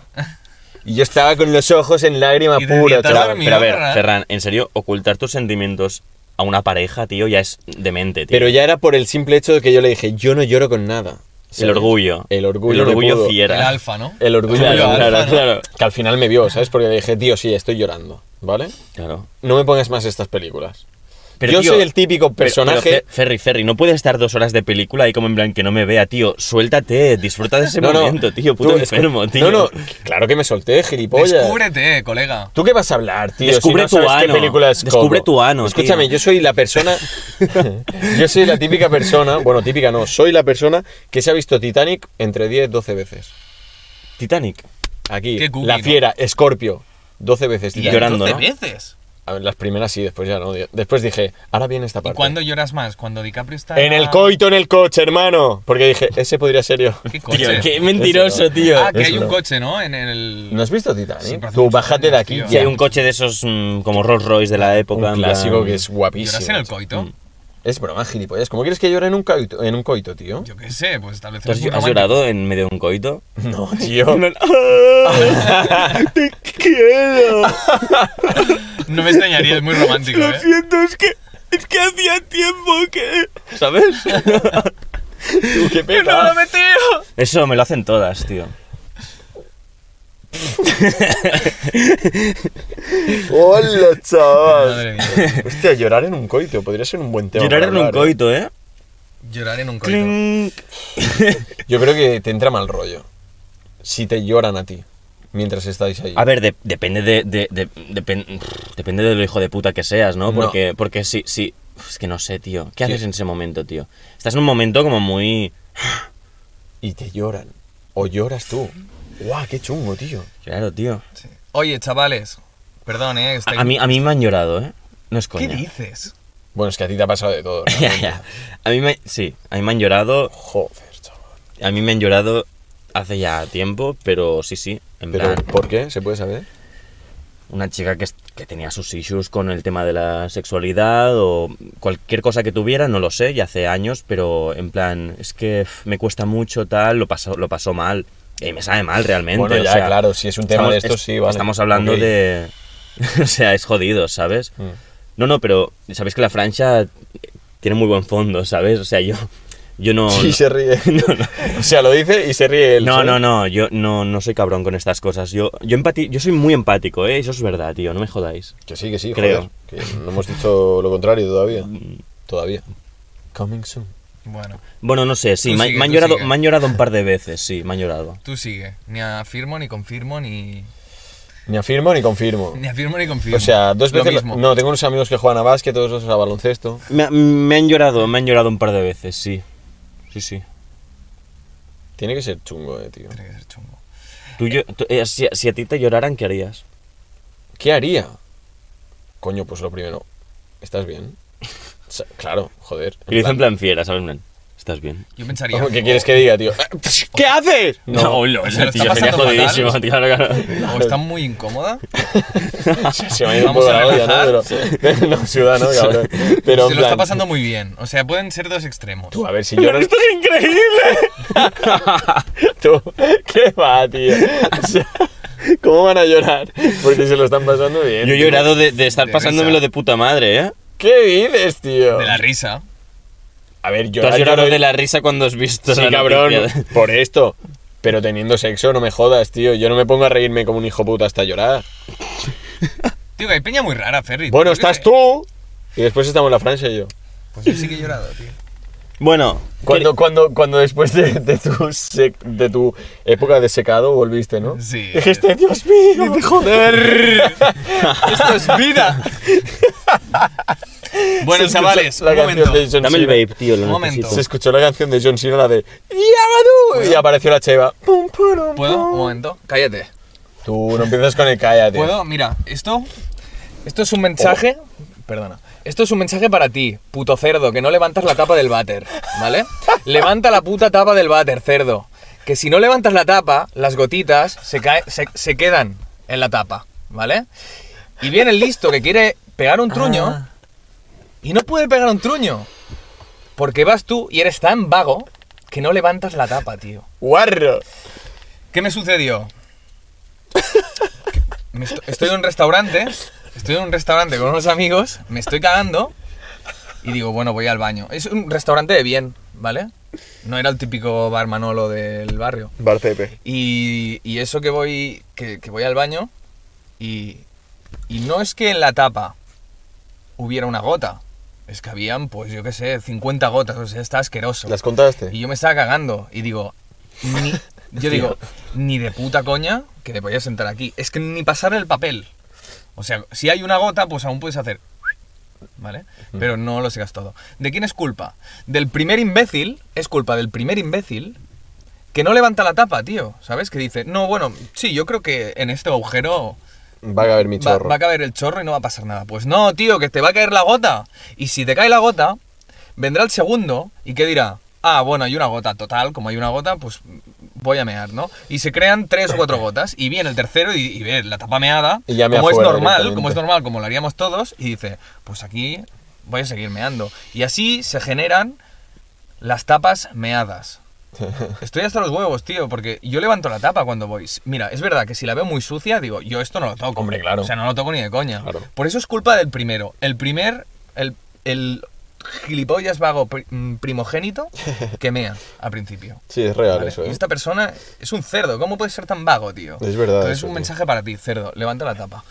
Speaker 1: Y yo estaba con los ojos en lágrima
Speaker 3: Y te
Speaker 1: pura,
Speaker 3: dietas
Speaker 1: chaval.
Speaker 3: dormir.
Speaker 2: Pero a ver,
Speaker 3: Mierda.
Speaker 2: Ferran, en serio, ocultar tus sentimientos a una pareja, tío, ya es demente, tío.
Speaker 1: Pero ya era por el simple hecho de que yo le dije, yo no lloro con nada.
Speaker 2: el
Speaker 1: ¿Sabes?
Speaker 2: orgullo.
Speaker 1: El orgullo.
Speaker 2: El
Speaker 1: me
Speaker 2: orgullo
Speaker 1: pudo.
Speaker 2: fiera.
Speaker 3: El alfa, ¿no?
Speaker 1: El orgullo.
Speaker 2: Claro,
Speaker 1: me pudo.
Speaker 2: claro,
Speaker 3: alfa, ¿no?
Speaker 2: claro.
Speaker 1: Que al final me vio, ¿sabes? Porque le dije, tío, sí, estoy llorando, ¿vale?
Speaker 2: Claro.
Speaker 1: No me pongas más estas películas.
Speaker 2: Pero,
Speaker 1: yo
Speaker 2: tío,
Speaker 1: soy el típico
Speaker 2: Pero-
Speaker 1: personaje...
Speaker 2: pero Fe- Ferry, Ferry, no puedes estar dos horas de película ahí como en plan que no me vea, tío. Suéltate,
Speaker 1: [laughs]
Speaker 2: disfruta de ese momento, tío. Puto
Speaker 1: tú, escu-
Speaker 2: enfermo, tío.
Speaker 1: No, no, claro que me solté, gilipollas.
Speaker 3: Descúbrete, colega.
Speaker 1: ¿Tú qué vas a hablar, tío?
Speaker 2: Descubre
Speaker 1: si no
Speaker 2: tu
Speaker 1: sabes
Speaker 2: ano.
Speaker 1: Qué película es
Speaker 2: Descubre
Speaker 1: Coco?
Speaker 2: tu ano,
Speaker 1: Escúchame,
Speaker 2: tío.
Speaker 1: yo soy la
Speaker 2: [laughs]
Speaker 1: persona. yo soy la típica persona. Bueno, típica no. Soy la persona que se ha visto Titanic entre 10 12 veces.
Speaker 2: Titanic.
Speaker 1: Aquí,
Speaker 3: Qué cookie,
Speaker 1: La
Speaker 3: ¿no?
Speaker 1: Fiera, Scorpio. 12 veces
Speaker 3: Y
Speaker 1: Titanic.
Speaker 2: llorando, ¿no?
Speaker 3: veces.
Speaker 1: A ver, las primeras sí, después ya no. Después dije, ahora viene esta
Speaker 3: ¿Y
Speaker 1: parte.
Speaker 3: cuándo lloras más? ¿Cuando DiCaprio está...?
Speaker 1: En el coito, en el coche, hermano. Porque dije, ese podría ser yo.
Speaker 3: ¿Qué coche?
Speaker 2: Tío, qué mentiroso,
Speaker 1: Eso.
Speaker 2: tío.
Speaker 3: Ah, que
Speaker 1: Eso
Speaker 3: hay un
Speaker 1: no.
Speaker 3: coche, ¿no? En el...
Speaker 1: ¿No has visto
Speaker 3: Sí, pero
Speaker 1: Titanic?
Speaker 3: hace
Speaker 1: Tú
Speaker 3: muchos
Speaker 1: bájate de
Speaker 3: años,
Speaker 1: aquí.
Speaker 3: tío.
Speaker 2: Y
Speaker 1: ya.
Speaker 2: hay un coche de esos mm, como Rolls Royce de la época.
Speaker 1: Un
Speaker 2: en plan-
Speaker 1: clásico que es guapísimo.
Speaker 3: ¿Lloras en el coito?
Speaker 1: Mm. Es broma, gilipollas. ¿Cómo quieres que llore en un coito, en un coito tío?
Speaker 3: Yo qué sé, pues tal vez...
Speaker 2: ¿Tú has,
Speaker 3: eres muy
Speaker 2: has
Speaker 3: romántico.
Speaker 2: llorado en medio de un coito?
Speaker 1: [laughs] No, tío.
Speaker 2: En plan, "Ah, ¡Te quiero!
Speaker 1: [laughs]
Speaker 3: No me extrañaría, es muy romántico, ¿eh?
Speaker 2: siento, es que Es que hacía tiempo que. ¿Sabes?
Speaker 1: Tú, qué
Speaker 3: ¡Que no
Speaker 1: pena.
Speaker 3: lo he metido!
Speaker 2: Eso me lo hacen todas, tío.
Speaker 1: Hola, chaval.
Speaker 3: Madre mía.
Speaker 1: [laughs] Hostia, llorar en un coito podría ser un buen tema.
Speaker 2: Llorar
Speaker 1: para
Speaker 2: en un
Speaker 1: hablar, ¿eh?
Speaker 2: coito, ¿eh?
Speaker 3: Llorar en un coito.
Speaker 2: Clink.
Speaker 1: Yo creo que te entra mal rollo. Si te lloran a ti mientras estáis ahí.
Speaker 2: A ver, de- depende de, de- de- depen- depende de lo hijo de puta que seas, ¿no?
Speaker 1: No.
Speaker 2: Porque, porque si, si. Es que no sé, tío. ¿Qué
Speaker 1: Sí.
Speaker 2: haces en ese momento, tío? Estás en un momento como muy.
Speaker 1: Y te lloran. O lloras tú. Guau, qué chungo, tío.
Speaker 2: Claro, tío.
Speaker 3: Sí. Oye, chavales. Perdón, eh.
Speaker 2: A,
Speaker 3: estoy-
Speaker 2: a mí, a mí me han llorado, ¿eh? No es
Speaker 3: ¿Qué
Speaker 2: coña.
Speaker 3: dices?
Speaker 1: Bueno, es que a ti te ha pasado de todo.
Speaker 2: [laughs]
Speaker 1: ¿no?
Speaker 2: Ya, ya. [laughs] A mí me. Sí, a mí me han llorado.
Speaker 1: Joder, chaval.
Speaker 2: A mí me han llorado hace ya tiempo, pero sí, sí. En
Speaker 1: ¿Pero
Speaker 2: plan,
Speaker 1: por qué? ¿Se puede saber?
Speaker 2: una chica que, es- que tenía sus issues con el tema de la sexualidad o cualquier cosa que tuviera, no lo sé, ya hace años, pero en plan, es que pf, me cuesta mucho tal, lo pasó, lo pasó mal. Y me sabe mal realmente.
Speaker 1: Bueno,
Speaker 2: o
Speaker 1: ya,
Speaker 2: sea,
Speaker 1: claro, si es un tema de estos,
Speaker 2: es-
Speaker 1: sí, vale.
Speaker 2: Estamos hablando
Speaker 1: Ok.
Speaker 2: de... [laughs] o sea, es jodido, ¿sabes?
Speaker 1: Mm.
Speaker 2: No, no, pero sabéis que la Francia tiene muy buen fondo, ¿sabes? O sea, yo, yo
Speaker 1: [laughs]
Speaker 2: no...
Speaker 1: Sí,
Speaker 2: no-
Speaker 1: se ríe. O sea, lo dice y se ríe él.
Speaker 2: no,
Speaker 1: ¿sabes?
Speaker 2: no, no, yo no, no soy cabrón con estas cosas. Yo, yo, empati- yo soy muy empático, ¿eh? Eso es verdad, tío, no me jodáis.
Speaker 1: Que sí, que sí,
Speaker 2: Creo.
Speaker 1: joder, que no hemos dicho lo contrario todavía. Todavía. Coming soon.
Speaker 3: Bueno,
Speaker 2: Bueno, no sé, sí,
Speaker 3: Tú
Speaker 2: me,
Speaker 3: sigue,
Speaker 2: me han
Speaker 3: tú
Speaker 2: llorado,
Speaker 3: sigue.
Speaker 2: me han llorado un par de veces, sí, me han llorado.
Speaker 3: tú sigue. Ni afirmo ni confirmo ni.
Speaker 1: Ni afirmo ni confirmo.
Speaker 3: Ni afirmo ni confirmo.
Speaker 1: O sea, dos
Speaker 3: Lo
Speaker 1: veces...
Speaker 3: mismo.
Speaker 1: No, tengo unos amigos que juegan a básquet, todos los a baloncesto.
Speaker 2: Me, me han llorado, me han llorado un par de veces, sí. Sí, sí.
Speaker 1: Tiene que ser chungo, eh, tío.
Speaker 3: Tiene que ser chungo.
Speaker 2: Tú, yo- tú- eh, si, si a ti te lloraran, ¿qué harías?
Speaker 1: ¿Qué haría? Coño, pues lo primero. ¿Estás bien? O sea, claro, joder. en
Speaker 2: Y lo hice en
Speaker 1: plan,
Speaker 2: plan fiera, ¿sabes, man? ¿Estás bien?
Speaker 3: Yo pensaría. "Oh,
Speaker 1: ¿Qué quieres que diga, tío?
Speaker 3: [laughs]
Speaker 1: Pues,
Speaker 2: ¿Qué haces? No, no, [laughs]
Speaker 3: Se lo está
Speaker 2: tío, sería
Speaker 3: pasando fatal.
Speaker 2: jodidísimo, tío, claro, [laughs] claro.
Speaker 3: O está muy incómoda.
Speaker 1: Se, se me ha ido un
Speaker 3: Vamos
Speaker 1: poco
Speaker 3: a
Speaker 1: la olla, ¿no?
Speaker 3: relajar.
Speaker 1: Pero, [laughs] no, ciudad, ¿no? Cabrón. Pero
Speaker 3: se
Speaker 1: en
Speaker 3: lo está
Speaker 1: plan...
Speaker 3: pasando muy bien. O sea, pueden ser dos extremos.
Speaker 1: Tú, a ver, si lloras...
Speaker 2: ¡Esto es [laughs] increíble!
Speaker 1: Tú, ¿qué va,
Speaker 2: [laughs]
Speaker 1: tío? O sea, ¿cómo van a llorar? Porque se lo están pasando bien.
Speaker 2: Yo he
Speaker 1: tío.
Speaker 2: llorado de, de estar
Speaker 3: De
Speaker 2: pasándomelo
Speaker 3: risa.
Speaker 2: de puta madre, ¿eh?
Speaker 1: ¿Qué dices, tío?
Speaker 3: De la risa.
Speaker 1: A ver,
Speaker 2: Tú
Speaker 1: llorar...
Speaker 2: has llorado
Speaker 1: lloro-
Speaker 2: [laughs] de la risa cuando has visto
Speaker 1: Sí,
Speaker 2: la
Speaker 1: cabrón,
Speaker 2: noticia.
Speaker 1: por esto. Pero teniendo sexo, no me jodas, tío. Yo no me pongo a reírme como un hijo puta hasta llorar.
Speaker 3: Tío, que hay peña muy rara, Ferry.
Speaker 1: Bueno,
Speaker 3: Yo qué
Speaker 1: estás
Speaker 3: sé.
Speaker 1: tú. Y después estamos la Francia y yo.
Speaker 3: Pues yo sí que he llorado, tío.
Speaker 2: Bueno,
Speaker 1: Cuando, cuando, cuando después de, de tu sec- de tu época de secado volviste, ¿no? [laughs]
Speaker 3: Sí.
Speaker 1: Dijiste, Dios mío, [laughs] joder.
Speaker 3: [laughs] ¡Esto es vida!
Speaker 1: [laughs]
Speaker 3: bueno,
Speaker 1: Se escuchó
Speaker 3: chavales,
Speaker 1: la
Speaker 3: un
Speaker 1: canción
Speaker 3: momento.
Speaker 1: de John
Speaker 2: dame el
Speaker 1: Cena.
Speaker 2: vape, tío, lo
Speaker 3: Un momento.
Speaker 2: necesito.
Speaker 1: Se escuchó la canción de John Cena, la de "Yabadú", Y apareció la cheva. Pum, purum,
Speaker 3: ¿Puedo? Un
Speaker 1: pum.
Speaker 3: momento. Cállate.
Speaker 1: Tú no empiezas con el cállate.
Speaker 3: ¿Puedo? Mira, esto. Esto es un mensaje. Perdona. Esto es un mensaje para ti, puto cerdo, que no levantas la tapa del váter, ¿vale? Levanta la puta tapa del váter, cerdo. Que si no levantas la tapa, las gotitas se, cae- se, se quedan en la tapa, ¿vale? Y viene el listo que quiere pegar un truño y no puede pegar un truño. Porque vas tú y eres tan vago que no levantas la tapa, tío.
Speaker 1: Guarro.
Speaker 3: ¿Qué me sucedió? Me esto- estoy en un restaurante, estoy en un restaurante con unos amigos, me estoy cagando y digo, bueno, voy al baño. Es un restaurante de bien, ¿vale? No era el típico bar Manolo del barrio.
Speaker 1: Barcepe.
Speaker 3: Y, y eso que voy, que, que voy al baño y, y no es que en la tapa hubiera una gota, es que habían, pues yo qué sé, 50 gotas, o sea, está asqueroso.
Speaker 1: ¿Las contaste?
Speaker 3: Y yo me estaba cagando y digo, ni- yo digo, ni de puta coña que te podías sentar aquí. Es que ni pasar el papel. O sea, si hay una gota, pues aún puedes hacer. ¿Vale? Pero no lo sigas todo. ¿De quién es culpa? Del primer imbécil, es culpa del primer imbécil que no levanta la tapa, tío. ¿Sabes? Que dice, no, bueno, sí, yo creo que en este agujero
Speaker 1: Va a caber mi
Speaker 3: va,
Speaker 1: chorro.
Speaker 3: va a caer el chorro y no va a pasar nada. Pues no, tío, que te va a caer la gota. Y si te cae la gota, vendrá el segundo y ¿qué dirá? Ah, bueno, hay una gota total, como hay una gota, pues voy a mear, ¿no? Y se crean tres o cuatro gotas y viene el tercero y, y ve la tapa meada,
Speaker 1: Y ya mea
Speaker 3: como es
Speaker 1: fuera
Speaker 3: normal,
Speaker 1: directamente.
Speaker 3: como es normal, como lo haríamos todos, y dice, pues aquí voy a seguir meando. Y así se generan las tapas
Speaker 1: [laughs]
Speaker 3: meadas. Estoy hasta los huevos, tío, porque yo levanto la tapa cuando voy. Mira, es verdad que si la veo muy sucia, digo, yo esto no lo toco.
Speaker 1: Hombre, claro.
Speaker 3: O sea, no lo toco ni de coña.
Speaker 1: Claro.
Speaker 3: Por eso es culpa del primero. El primer, el, el gilipollas vago pri-
Speaker 1: [laughs]
Speaker 3: mm, primogénito que mea al principio.
Speaker 1: Sí, es real
Speaker 3: ¿vale?
Speaker 1: eso,
Speaker 3: Y
Speaker 1: ¿eh?
Speaker 3: esta persona es un cerdo. ¿Cómo puedes ser tan vago, tío?
Speaker 1: Es verdad
Speaker 3: Entonces,
Speaker 1: eso,
Speaker 3: un
Speaker 1: tío.
Speaker 3: mensaje para ti, cerdo. Levanta la tapa.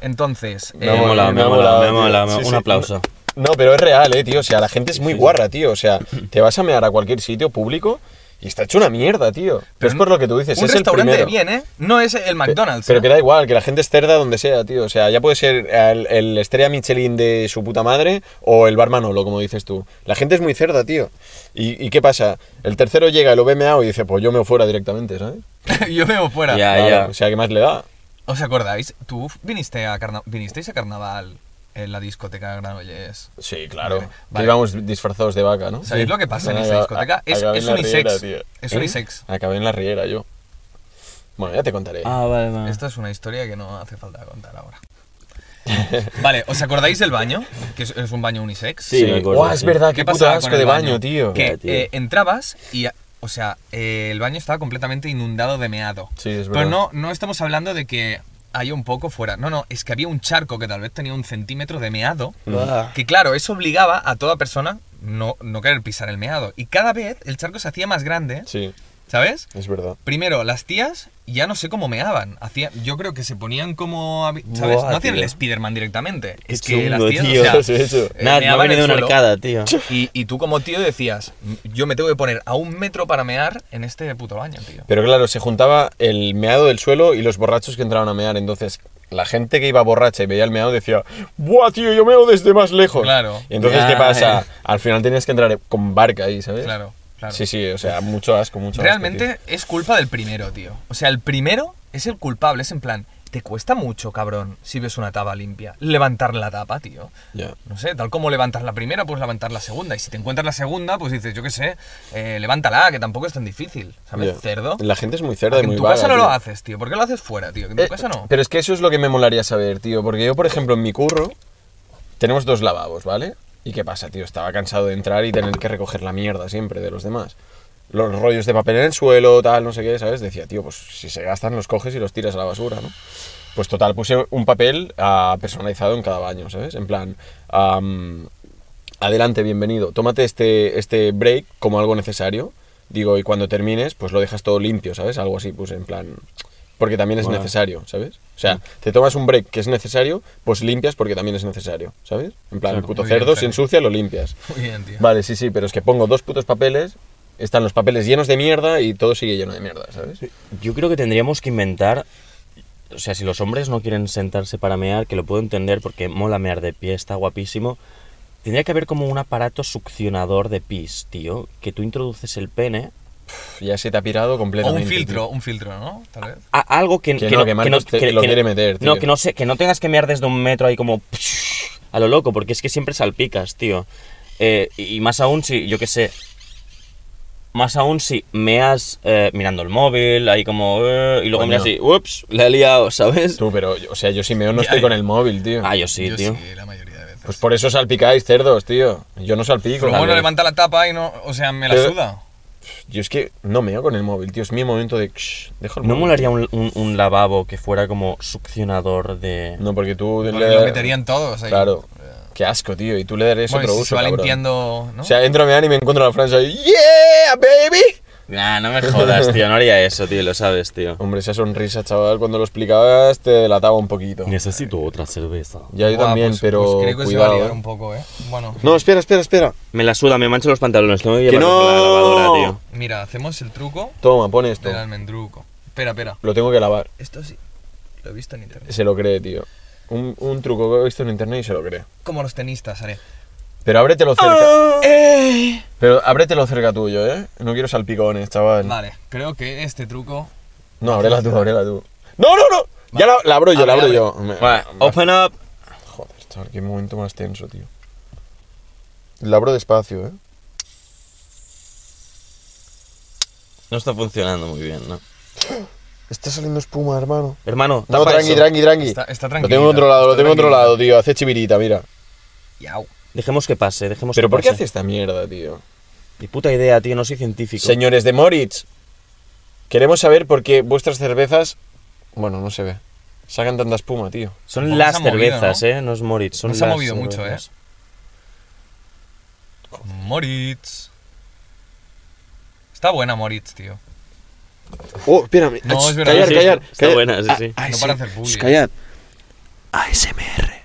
Speaker 3: Entonces, eh,
Speaker 1: ha
Speaker 2: Me
Speaker 1: molado,
Speaker 2: mola,
Speaker 1: Eh, me
Speaker 2: me
Speaker 1: ha
Speaker 2: mola,
Speaker 1: molado,
Speaker 2: me
Speaker 1: tío.
Speaker 2: mola. me-
Speaker 1: Sí,
Speaker 2: Un
Speaker 1: sí.
Speaker 2: aplauso.
Speaker 1: No, pero es real, ¿eh, tío? O sea, la gente es muy guarra, tío. O sea, te vas a mear a cualquier sitio público y está hecho una mierda, tío. Pero es por lo que tú dices,
Speaker 3: un
Speaker 1: es el
Speaker 3: restaurante
Speaker 1: primero.
Speaker 3: bien, ¿eh? No es el
Speaker 1: Pe-
Speaker 3: McDonald's.
Speaker 1: Pero
Speaker 3: ¿eh?
Speaker 1: que da igual, que la gente es cerda donde sea, tío. O sea, ya puede ser el, el estrella Michelin de su puta madre o el bar Manolo, como dices tú. La gente es muy cerda, tío. ¿Y, y qué pasa? El tercero llega y lo ve meao y dice, pues yo me fuera directamente, ¿sabes?
Speaker 3: [laughs] Yo me voy fuera.
Speaker 2: Ya,
Speaker 1: Claro,
Speaker 2: ya.
Speaker 1: O sea, ¿qué más le da?
Speaker 3: ¿Os acordáis? ¿Tú viniste a carna- vinisteis a carnaval en la discoteca Granollers?
Speaker 1: Sí, claro.
Speaker 3: Eh, Vale.
Speaker 1: Que íbamos disfrazados de vaca, ¿no?
Speaker 3: ¿Sabéis
Speaker 1: Sí.
Speaker 3: lo que pasa en
Speaker 1: Bueno,
Speaker 3: esa
Speaker 1: acab-
Speaker 3: discoteca? Es-
Speaker 1: acabé
Speaker 3: es
Speaker 1: en la
Speaker 3: unisex.
Speaker 1: riera, tío. ¿Eh?
Speaker 3: Es unisex.
Speaker 1: Acabé en la riera yo. Bueno, ya te contaré.
Speaker 2: Ah, vale, vale.
Speaker 3: Esta es una historia que no hace falta contar ahora. [laughs] Vale, ¿os acordáis del baño? Que es, es un baño unisex.
Speaker 2: Sí, me acuerdo,
Speaker 1: Buah, es
Speaker 2: sí.
Speaker 1: verdad, qué, puto
Speaker 3: pasaba
Speaker 1: asco
Speaker 3: con el
Speaker 1: de baño, tío.
Speaker 3: Que
Speaker 2: Ya, tío.
Speaker 3: eh, entrabas y, o sea, eh, el baño estaba completamente inundado de meado.
Speaker 1: Sí, es
Speaker 3: Pero
Speaker 1: verdad.
Speaker 3: no, no estamos hablando de que haya un poco fuera. No, no, es que había un charco que tal vez tenía un centímetro de meado. Que claro, eso obligaba a toda persona no, no querer pisar el meado. Y cada vez el charco se hacía más grande,
Speaker 1: Sí,
Speaker 3: ¿sabes?
Speaker 1: es verdad.
Speaker 3: Primero, las tías ya no sé cómo meaban. Hacían, yo creo que se ponían como. habi- ¿Sabes?
Speaker 2: Buah,
Speaker 3: no hacían
Speaker 2: tío.
Speaker 3: el Spiderman directamente.
Speaker 2: Qué
Speaker 3: es que
Speaker 2: chungo,
Speaker 3: las tías.
Speaker 2: tío.
Speaker 3: O
Speaker 1: Sí,
Speaker 3: sea,
Speaker 1: eso.
Speaker 3: eh,
Speaker 2: Nada, me ha
Speaker 3: meaban en
Speaker 2: venido
Speaker 3: el
Speaker 2: una
Speaker 3: suelo.
Speaker 2: arcada, tío.
Speaker 3: Y, y tú, como tío, decías: Yo me tengo que poner a un metro para mear en este puto baño, tío.
Speaker 1: Pero claro, se juntaba el meado del suelo y los borrachos que entraban a mear. Entonces, la gente que iba borracha y veía el meado decía, ¡buah, tío, yo meo desde más lejos!
Speaker 3: Claro. Ah.
Speaker 1: Y entonces,
Speaker 2: Ya,
Speaker 1: ¿qué pasa?
Speaker 2: eh.
Speaker 1: Al final tenías que entrar con barca ahí, ¿sabes?
Speaker 3: Claro, claro.
Speaker 1: Sí, sí, o sea, mucho asco, mucho asco, tío.
Speaker 3: Realmente es culpa del primero, tío. O sea, el primero es el culpable, es en plan, te cuesta mucho, cabrón, si ves una tapa limpia, levantar la tapa, tío.
Speaker 1: Ya.
Speaker 3: No sé, tal como levantas la primera, pues levantar la segunda. Y si te encuentras la segunda, pues dices, yo qué sé, eh, levántala, que tampoco es tan difícil. ¿Sabes?
Speaker 1: Ya.
Speaker 3: Cerdo.
Speaker 1: La gente es muy
Speaker 3: Ah,
Speaker 1: cerda
Speaker 3: que
Speaker 1: y muy
Speaker 3: en tu
Speaker 1: vaga,
Speaker 3: casa no lo
Speaker 1: tío.
Speaker 3: haces, tío. ¿Por qué lo haces fuera, tío? Que en
Speaker 1: Eh,
Speaker 3: tu casa no.
Speaker 1: Pero es que eso es lo que me molaría saber, tío. Porque yo, por ejemplo, en mi curro tenemos dos lavabos, ¿vale? ¿Y qué pasa, tío? Estaba cansado de entrar y tener que recoger la mierda siempre de los demás. Los rollos de papel en el suelo, tal, no sé qué, ¿sabes? Decía, tío, pues si se gastan los coges y los tiras a la basura, ¿no? Pues total, puse un papel ah, personalizado en cada baño, ¿sabes? En plan, am, adelante, bienvenido, tómate este, este break como algo necesario. Digo, y cuando termines, pues lo dejas todo limpio, ¿sabes? Algo así, pues en plan... Porque también es
Speaker 2: Mola.
Speaker 1: necesario, ¿sabes? O sea, te tomas un break que es necesario, pues limpias porque también es necesario, ¿sabes? En plan, el
Speaker 2: Claro.
Speaker 1: puto
Speaker 3: Muy bien,
Speaker 1: cerdo se
Speaker 3: Fede.
Speaker 1: ensucia, lo limpias.
Speaker 3: Muy bien, tío.
Speaker 1: Vale, sí, sí, pero es que pongo dos putos papeles, están los papeles llenos de mierda y todo sigue lleno de mierda, ¿sabes?
Speaker 2: Yo creo que tendríamos que inventar. O sea, si los hombres no quieren sentarse para mear, que lo puedo entender porque mola mear de pie, está guapísimo. Tendría que haber como un aparato succionador de pis, tío, que tú introduces el pene.
Speaker 1: Pff, ya se te ha pirado
Speaker 3: O
Speaker 1: completamente.
Speaker 3: un filtro,
Speaker 1: tío.
Speaker 3: un filtro, ¿no? Tal vez.
Speaker 2: a- algo que,
Speaker 1: Que no, que Marcos te- lo quiere meter, tío.
Speaker 2: No, que no, sé, que no tengas que mear desde un metro ahí como a lo loco, porque es que siempre salpicas, tío. Eh, y más aún si, yo qué sé, más aún si meas eh, mirando el móvil, ahí como... eh, y luego
Speaker 1: Coño.
Speaker 2: miras así, ups, la he liado, ¿sabes?
Speaker 1: Tú, pero, yo- o sea, yo si meo no
Speaker 3: Ya,
Speaker 1: estoy
Speaker 3: ya.
Speaker 1: con el móvil, tío.
Speaker 2: Ah, yo sí,
Speaker 3: yo
Speaker 2: tío.
Speaker 3: sí, la mayoría de veces.
Speaker 1: Pues por eso salpicáis, cerdos, tío. Yo no salpico.
Speaker 3: Pero bueno,
Speaker 1: Joder.
Speaker 3: levanta la tapa y no. O sea, me la
Speaker 1: Pero-
Speaker 3: suda.
Speaker 1: eh, Yo es que no meo con el móvil, tío. Es mi momento de... Shh, deja el
Speaker 2: ¿No
Speaker 1: móvil.
Speaker 2: molaría un, un- un lavabo que fuera como succionador de...
Speaker 1: No, porque tú...
Speaker 3: Porque lo meterían todos ahí.
Speaker 1: Claro. Qué asco, tío. Y tú le darías
Speaker 3: Bueno, y
Speaker 1: otro
Speaker 3: si
Speaker 1: uso,
Speaker 3: se va
Speaker 1: cabrón.
Speaker 3: limpiando, ¿no?
Speaker 1: O sea, entro a mear y me encuentro la frase ahí, ¡Yeah, baby!
Speaker 2: Nah, no me jodas, tío, no haría eso, tío, lo sabes, tío.
Speaker 1: Hombre, esa sonrisa, chaval, cuando lo explicabas te delataba un poquito.
Speaker 2: Necesito otra cerveza.
Speaker 1: Ya yo
Speaker 3: Buah,
Speaker 1: también,
Speaker 3: pues-
Speaker 1: pero
Speaker 3: pues creo que se va a
Speaker 1: cuidado.
Speaker 3: liar
Speaker 1: ¿eh?
Speaker 3: un poco, ¿eh? Bueno,
Speaker 1: No, espera, espera, espera.
Speaker 2: Me la suda, me mancho los pantalones, tengo que
Speaker 1: ¡Que
Speaker 2: llevarlos a la
Speaker 1: no!
Speaker 2: lavadora, tío.
Speaker 3: mira, hacemos el truco
Speaker 1: Toma, pon esto.
Speaker 3: del almendruco. Espera, espera.
Speaker 1: Lo tengo que lavar.
Speaker 3: Esto sí, lo he visto en internet.
Speaker 1: Se lo cree, tío. Un, un truco que he visto en internet y se lo cree.
Speaker 3: Como los tenistas, haré.
Speaker 1: Pero
Speaker 3: Ah.
Speaker 1: ábretelo cerca.
Speaker 3: Eh.
Speaker 1: Pero ábretelo cerca tuyo, ¿eh? No quiero salpicones, chaval.
Speaker 3: Vale, creo que este truco...
Speaker 1: No, ábrela tú, ábrela tú. ¡No, no, no! Ya la, la abro yo, la abro
Speaker 3: Abre,
Speaker 1: yo. Me-
Speaker 2: Vale, open up.
Speaker 1: Joder, chaval, qué momento más tenso, tío. La abro despacio, ¿eh?
Speaker 2: No está funcionando muy bien, ¿no?
Speaker 1: Está saliendo espuma, hermano.
Speaker 2: Hermano,
Speaker 1: No,
Speaker 2: tapa
Speaker 1: tranqui,
Speaker 2: eso.
Speaker 1: tranqui, tranqui.
Speaker 3: Está- está
Speaker 1: Lo tengo
Speaker 3: tranquilita,
Speaker 1: controlado, lo
Speaker 3: está
Speaker 1: tengo
Speaker 3: tranquilita.
Speaker 1: controlado, tío. Hace chivirita, mira.
Speaker 3: Yau.
Speaker 2: Dejemos que pase, dejemos
Speaker 1: Pero
Speaker 2: que
Speaker 1: ¿por qué
Speaker 2: pase.
Speaker 1: hace esta mierda, tío?
Speaker 2: Ni puta idea, tío, no soy científico.
Speaker 1: Señores de Moritz, queremos saber por qué vuestras cervezas... Bueno, no se ve. Sacan tanta espuma, tío.
Speaker 2: Son
Speaker 3: Tampoco
Speaker 2: las
Speaker 3: se ha movido,
Speaker 2: cervezas,
Speaker 3: ¿no?
Speaker 2: ¿eh? No es Moritz, son
Speaker 3: No se ha
Speaker 2: las
Speaker 3: movido mucho,
Speaker 2: cervezas.
Speaker 3: Moritz. Está buena Moritz, tío.
Speaker 1: Oh, espérame.
Speaker 3: No,
Speaker 1: Ach,
Speaker 3: es verdad,
Speaker 1: callar,
Speaker 2: sí,
Speaker 1: callar.
Speaker 2: está
Speaker 1: callar.
Speaker 2: buena, sí,
Speaker 1: Ah,
Speaker 2: sí.
Speaker 1: ah,
Speaker 3: No
Speaker 1: sí.
Speaker 3: para hacer bullying.
Speaker 1: Sh, Callad.
Speaker 2: ASMR.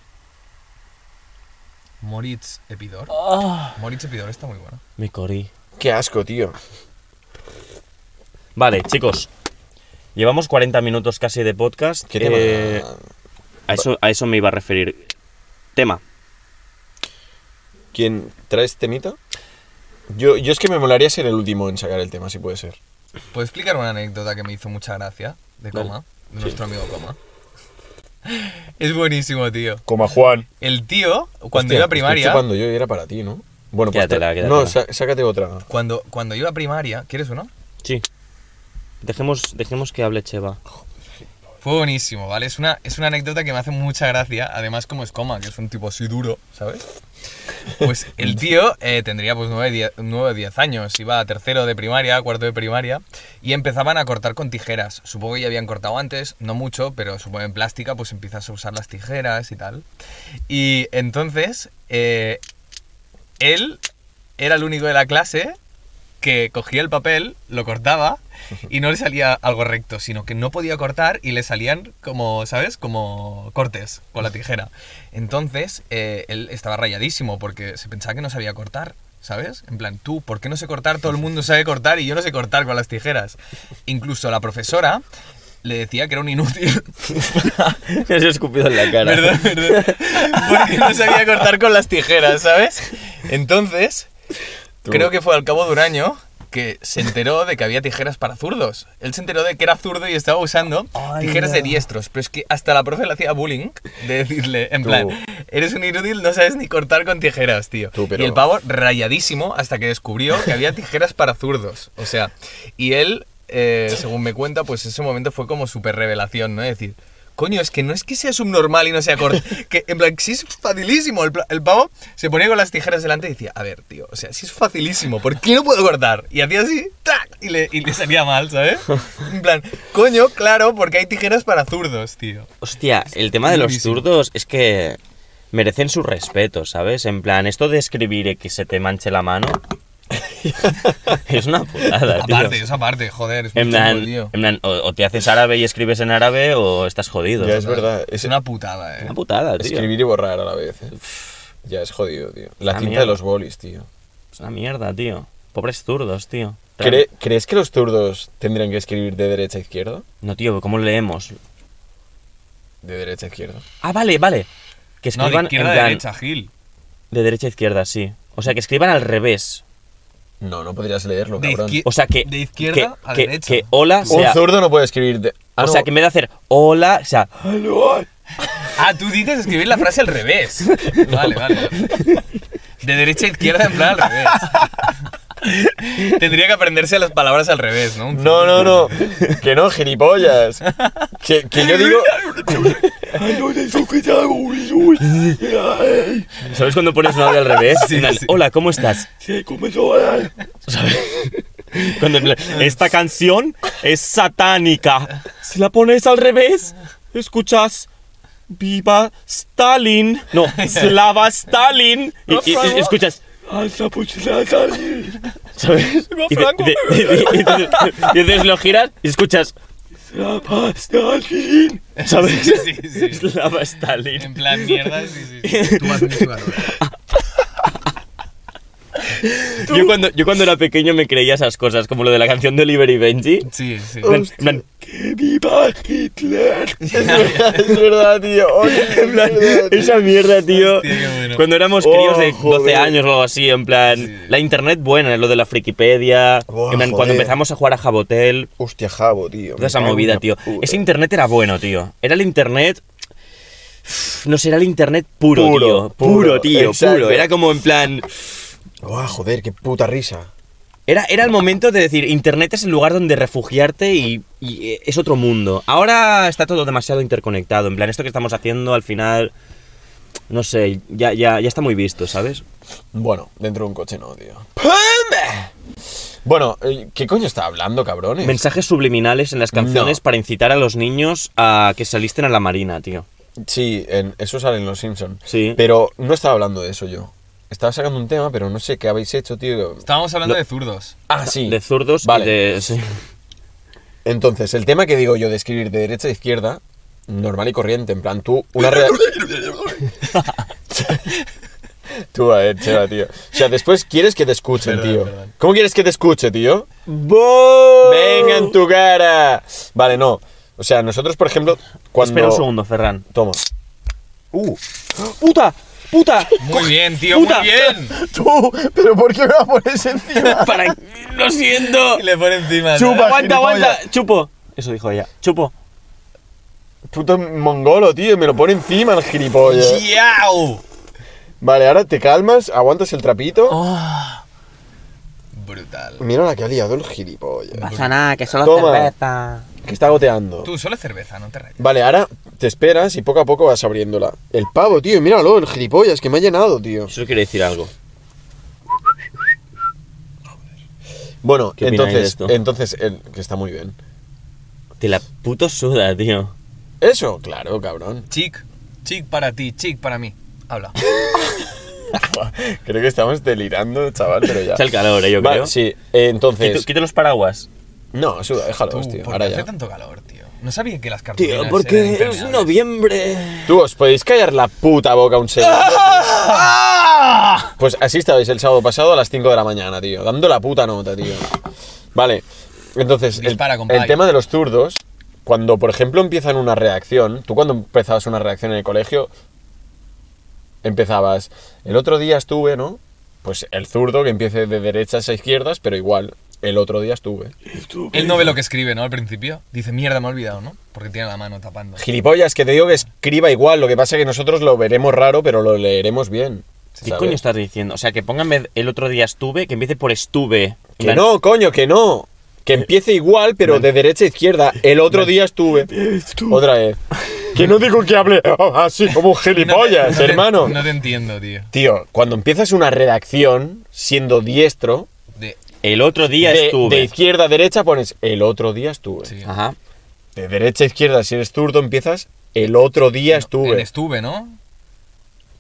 Speaker 3: Moritz Epidor. Moritz Epidor está muy buena.
Speaker 2: Me corrí.
Speaker 1: Qué asco, tío.
Speaker 2: Vale, chicos. Llevamos 40 minutos casi de podcast.
Speaker 1: Qué
Speaker 2: Eh,
Speaker 1: tema.
Speaker 2: a, eso, a eso me iba a referir. Tema.
Speaker 1: ¿Quién trae este mito? Yo, yo es que me molaría ser el último en sacar el tema, si puede ser.
Speaker 3: ¿Puedo explicar una anécdota que me hizo mucha gracia? De
Speaker 2: Dale.
Speaker 3: Coma, de nuestro amigo Coma. Es buenísimo, tío.
Speaker 1: Coma Juan.
Speaker 3: El tío, cuando
Speaker 1: Hostia,
Speaker 3: iba a
Speaker 1: estoy
Speaker 3: primaria,
Speaker 1: chupando yo y era para ti, ¿no? Bueno, pues.
Speaker 2: Quédatela,
Speaker 1: tra-
Speaker 2: quédatela.
Speaker 1: No, sa- sácate otra.
Speaker 3: cuando, cuando iba a primaria, ¿quieres uno?
Speaker 2: Sí. Dejemos, dejemos que
Speaker 1: [laughs]
Speaker 2: hable Cheva.
Speaker 3: Fue buenísimo, ¿vale? Es una, es una anécdota que me hace mucha gracia. Además, como es Coma, que es un tipo así duro, ¿sabes? Pues el tío eh, tendría pues 9, 10, 9 o 10 años. Iba a tercero de primaria, cuarto de primaria. Y empezaban a cortar con tijeras. Supongo que ya habían cortado antes, no mucho, pero supongo que en plástica pues empiezas a usar las tijeras y tal. Y entonces, eh, él era el único de la clase que cogía el papel, lo cortaba y no le salía algo recto, sino que no podía cortar y le salían como, ¿sabes? Como cortes con la tijera. Entonces, eh, él estaba rayadísimo porque se pensaba que no sabía cortar, ¿sabes? En plan, tú, ¿por qué no sé cortar? Todo el mundo sabe cortar y yo no sé cortar con las tijeras. Incluso la profesora le decía que era un inútil.
Speaker 2: Me has escupido en la cara.
Speaker 1: [laughs]
Speaker 3: ¿Verdad? ¿Verdad? Porque no sabía cortar con las tijeras, ¿sabes? Entonces,
Speaker 1: Tú.
Speaker 3: creo que fue al cabo de un año que se enteró de que había tijeras para zurdos. Él se enteró de que era zurdo y estaba usando tijeras de diestros. Pero es que hasta la profe le hacía bullying de decirle, en
Speaker 1: Tú.
Speaker 3: plan, eres un inútil, no sabes ni cortar con tijeras, tío.
Speaker 1: Tú, pero-
Speaker 3: Y el pavo rayadísimo hasta que descubrió que había tijeras para zurdos. O sea, y él, eh, según me cuenta, pues ese momento fue como súper revelación, ¿no? Es decir, coño, es que no es que sea subnormal y no sea corto. [laughs] Que, en plan, sí es facilísimo. El, pla- el pavo se ponía con las tijeras delante y decía, a ver, tío, o sea, sí es facilísimo, ¿por qué no puedo cortar? Y hacía así, ¡tac! Y le, y le salía mal, ¿sabes? En plan, coño, claro, porque hay tijeras para zurdos, tío.
Speaker 2: Hostia, el tema de los
Speaker 3: Durísimo.
Speaker 2: zurdos es que merecen su respeto, ¿sabes? En plan, esto de escribir y que se te manche la mano [laughs] es una putada, tío.
Speaker 3: Aparte, eso aparte, joder, es muy
Speaker 2: En
Speaker 3: chungo,
Speaker 2: plan,
Speaker 3: tío.
Speaker 2: en plan, o, o te haces árabe y escribes en árabe o estás jodido.
Speaker 1: Ya
Speaker 2: Es
Speaker 1: es verdad.
Speaker 3: Es
Speaker 1: Es
Speaker 3: una putada, eh.
Speaker 2: una putada, tío.
Speaker 1: escribir y borrar a la vez. ¿eh? Ya es jodido, tío. La
Speaker 2: Ah,
Speaker 1: cinta
Speaker 2: mierda.
Speaker 1: de los bolis, tío.
Speaker 2: Es una mierda, tío. Pobres zurdos, tío.
Speaker 1: ¿Cre- ¿Crees que los zurdos tendrían que escribir de derecha a izquierda?
Speaker 2: No, tío, ¿cómo leemos?
Speaker 1: De derecha a izquierda.
Speaker 2: Ah, vale, vale. Que
Speaker 3: No,
Speaker 2: escriban
Speaker 3: de
Speaker 2: en
Speaker 3: izquierda a
Speaker 2: plan-
Speaker 3: derecha, Gil.
Speaker 2: de derecha a izquierda, sí. O sea, que escriban al revés.
Speaker 1: No, no podrías leerlo,
Speaker 3: De
Speaker 1: cabrón.
Speaker 3: izquier-
Speaker 2: O sea, que.
Speaker 3: De izquierda
Speaker 2: que,
Speaker 3: a
Speaker 2: que-
Speaker 3: derecha.
Speaker 2: Que hola
Speaker 1: Un
Speaker 2: sea.
Speaker 1: zurdo no puede escribir de... Ah,
Speaker 2: o sea,
Speaker 1: no.
Speaker 2: que en vez de hacer hola, o sea.
Speaker 3: Ah, tú dices escribir la frase al [laughs] revés. Vale, vale. De derecha a izquierda en plan al revés. Tendría que aprenderse las palabras al revés, ¿no?
Speaker 1: No, no, no. Que no, gilipollas. Que, que yo digo... [laughs]
Speaker 2: ¿Sabes cuando pones un audio al
Speaker 3: [laughs]
Speaker 2: revés? En plan, Hola, ¿cómo estás? ¿Sabes? Cuando en plan, esta canción es satánica. Si la pones al revés, escuchas. Viva Stalin. No, Slava Stalin. Y, y- y escuchas. ¿Sabes? Y, te-
Speaker 3: Franco.
Speaker 2: te- y- y- y entonces- y entonces lo giras y escuchas. Slava Stalin. ¿Sabes?
Speaker 3: Sí, sí, sí.
Speaker 2: [laughs] Slava Stalin.
Speaker 3: En plan mierda, sí, sí. sí. Tú vas muy claro.
Speaker 2: Yo cuando, yo cuando era pequeño me creía esas cosas, como lo de la canción de Oliver y Benji.
Speaker 3: Sí, sí.
Speaker 2: En plan- en plan, ¡Que viva Hitler! [laughs]
Speaker 1: es verdad, tío. Oye,
Speaker 2: En plan, esa mierda, tío.
Speaker 3: Hostia, qué bueno.
Speaker 2: Cuando éramos
Speaker 1: Oh,
Speaker 2: críos de 12
Speaker 1: joder.
Speaker 2: años o algo así, en plan, la internet buena, lo de la Frikipedia.
Speaker 1: Oh,
Speaker 2: en plan, cuando
Speaker 1: joder.
Speaker 2: empezamos a jugar a Jabotel,
Speaker 1: Hostia, Jabo, tío.
Speaker 2: toda
Speaker 1: Me
Speaker 2: esa
Speaker 1: cago en
Speaker 2: movida,
Speaker 1: la
Speaker 2: tío.
Speaker 1: puta.
Speaker 2: Ese internet era bueno, tío. Era el internet. No sé, era el internet puro,
Speaker 1: Puro,
Speaker 2: tío. Puro,
Speaker 1: puro,
Speaker 2: tío, puro.
Speaker 1: exacto.
Speaker 2: Era como en plan.
Speaker 1: Buah, joder, qué puta risa.
Speaker 2: Era, era el momento de decir, Internet es el lugar donde refugiarte y, y, eh, es otro mundo. Ahora está todo demasiado interconectado. En plan, esto que estamos haciendo al final, no sé, ya, ya, ya está muy visto, ¿sabes?
Speaker 1: Bueno, dentro de un coche no, tío. Bueno, eh, ¿qué coño está hablando, cabrones?
Speaker 2: Mensajes subliminales en las canciones
Speaker 1: No.
Speaker 2: para incitar a los niños a que se alisten a la marina, tío.
Speaker 1: Sí, en, eso sale en Los Simpsons.
Speaker 2: Sí.
Speaker 1: Pero no estaba hablando de eso yo. estaba sacando un tema, pero no sé qué habéis hecho, tío.
Speaker 3: Estábamos hablando
Speaker 2: Lo-
Speaker 3: de zurdos.
Speaker 1: Ah, sí.
Speaker 2: De zurdos
Speaker 1: Vale.
Speaker 2: y de... sí.
Speaker 1: Entonces, el tema que digo yo de escribir de derecha a izquierda, normal y corriente, en plan, tú, una rea- [laughs] Tú, a ver, Chema, tío. O sea, después quieres que te escuchen,
Speaker 3: Perdón,
Speaker 1: tío.
Speaker 3: perdón.
Speaker 1: ¿Cómo quieres que te escuche, tío? ¡Venga en tu cara! Vale, no. O sea, nosotros, por ejemplo, cuando...
Speaker 2: Espera un segundo, Ferran.
Speaker 1: Toma.
Speaker 2: ¡Uh! ¡Puta! [laughs] ¡Puta!
Speaker 1: [laughs]
Speaker 3: Muy bien, tío,
Speaker 2: puta.
Speaker 3: muy bien.
Speaker 1: ¡Tú! ¿Pero por qué me la pones encima?
Speaker 2: Para... ¡Lo siento!
Speaker 3: Y le pone encima. ¿no?
Speaker 1: Chupa.
Speaker 2: ¡Aguanta,
Speaker 1: gilipollas.
Speaker 2: aguanta! ¡Chupo! Eso dijo ella. ¡Chupo!
Speaker 1: Puto mongolo, tío. Me lo pone encima el gilipollas.
Speaker 3: ¡Yau!
Speaker 1: Vale, ahora te calmas, aguantas el trapito.
Speaker 2: Oh.
Speaker 3: Ah. Brutal.
Speaker 1: Mira la que ha liado el gilipollas.
Speaker 4: pasa nada, que solo
Speaker 1: Toma.
Speaker 4: cerveza.
Speaker 1: Que está goteando.
Speaker 3: Tú, solo cerveza, no te rayes.
Speaker 1: Vale, ahora te esperas y poco a poco vas abriéndola. El pavo, tío, míralo, el gilipollas que me ha llenado, tío.
Speaker 2: Eso quiere decir algo.
Speaker 1: Bueno,
Speaker 2: ¿Qué opináis de
Speaker 1: entonces,
Speaker 2: esto?
Speaker 1: entonces, el- que está muy bien.
Speaker 2: Te la puto suda, tío.
Speaker 1: Eso, claro,
Speaker 2: [laughs]
Speaker 1: cabrón.
Speaker 3: Chic, chic para ti, chic para mí. Habla.
Speaker 1: Creo que estamos delirando, chaval, pero ya.
Speaker 2: Es el calor, eh, yo
Speaker 1: Vale,
Speaker 2: creo.
Speaker 1: Sí, eh,
Speaker 2: Quito,
Speaker 1: entonces.
Speaker 2: quito los paraguas.
Speaker 1: No, suda, déjalo,
Speaker 2: Pues,
Speaker 3: Tú,
Speaker 1: tío.
Speaker 3: ¿por
Speaker 1: Ahora
Speaker 3: qué Uh, hace
Speaker 1: ya.
Speaker 3: tanto calor, tío? No sabía que las cartulinas
Speaker 2: Tío, porque
Speaker 3: eran
Speaker 2: es
Speaker 3: impermeables.
Speaker 2: noviembre.
Speaker 1: Tú, ¿os podéis callar la puta boca un segundo? Pues así estabais el sábado pasado a las 5 de la mañana, tío. Dando la puta nota, tío. Vale. Entonces, el,
Speaker 3: Dispara,
Speaker 1: el
Speaker 3: compay.
Speaker 1: tema de los zurdos, cuando por ejemplo empiezan una reacción, tú cuando empezabas una reacción en el colegio, empezabas, el otro día estuve, ¿no? Pues el zurdo que empiece de derechas a izquierdas, pero igual, el otro día estuve.
Speaker 3: Él no ve lo que escribe, ¿no? Al principio. Dice, mierda, me he olvidado, ¿no? Porque tiene la mano tapando.
Speaker 1: Gilipollas, que te digo que escriba igual, lo que pasa es que nosotros lo veremos raro, pero lo leeremos bien.
Speaker 2: ¿Qué
Speaker 1: ¿sabes?
Speaker 2: coño estás diciendo? O sea, que pónganme el otro día estuve, que empiece por estuve.
Speaker 1: Que no, coño, que no. Que empiece igual, pero de derecha a izquierda. El otro día estuve. Otra vez. Que no digo que hable oh, así [laughs] como un
Speaker 3: No
Speaker 1: gilipollas,
Speaker 3: te-
Speaker 1: hermano.
Speaker 3: No te entiendo, tío.
Speaker 1: Tío, cuando empiezas una redacción, siendo diestro,
Speaker 3: De,
Speaker 2: El otro día
Speaker 1: de,
Speaker 2: estuve.
Speaker 1: de izquierda a derecha pones el otro día estuve.
Speaker 3: sí.
Speaker 2: Ajá.
Speaker 1: De derecha a izquierda, si eres zurdo, empiezas el otro día
Speaker 3: En
Speaker 1: estuve.
Speaker 3: estuve, ¿no?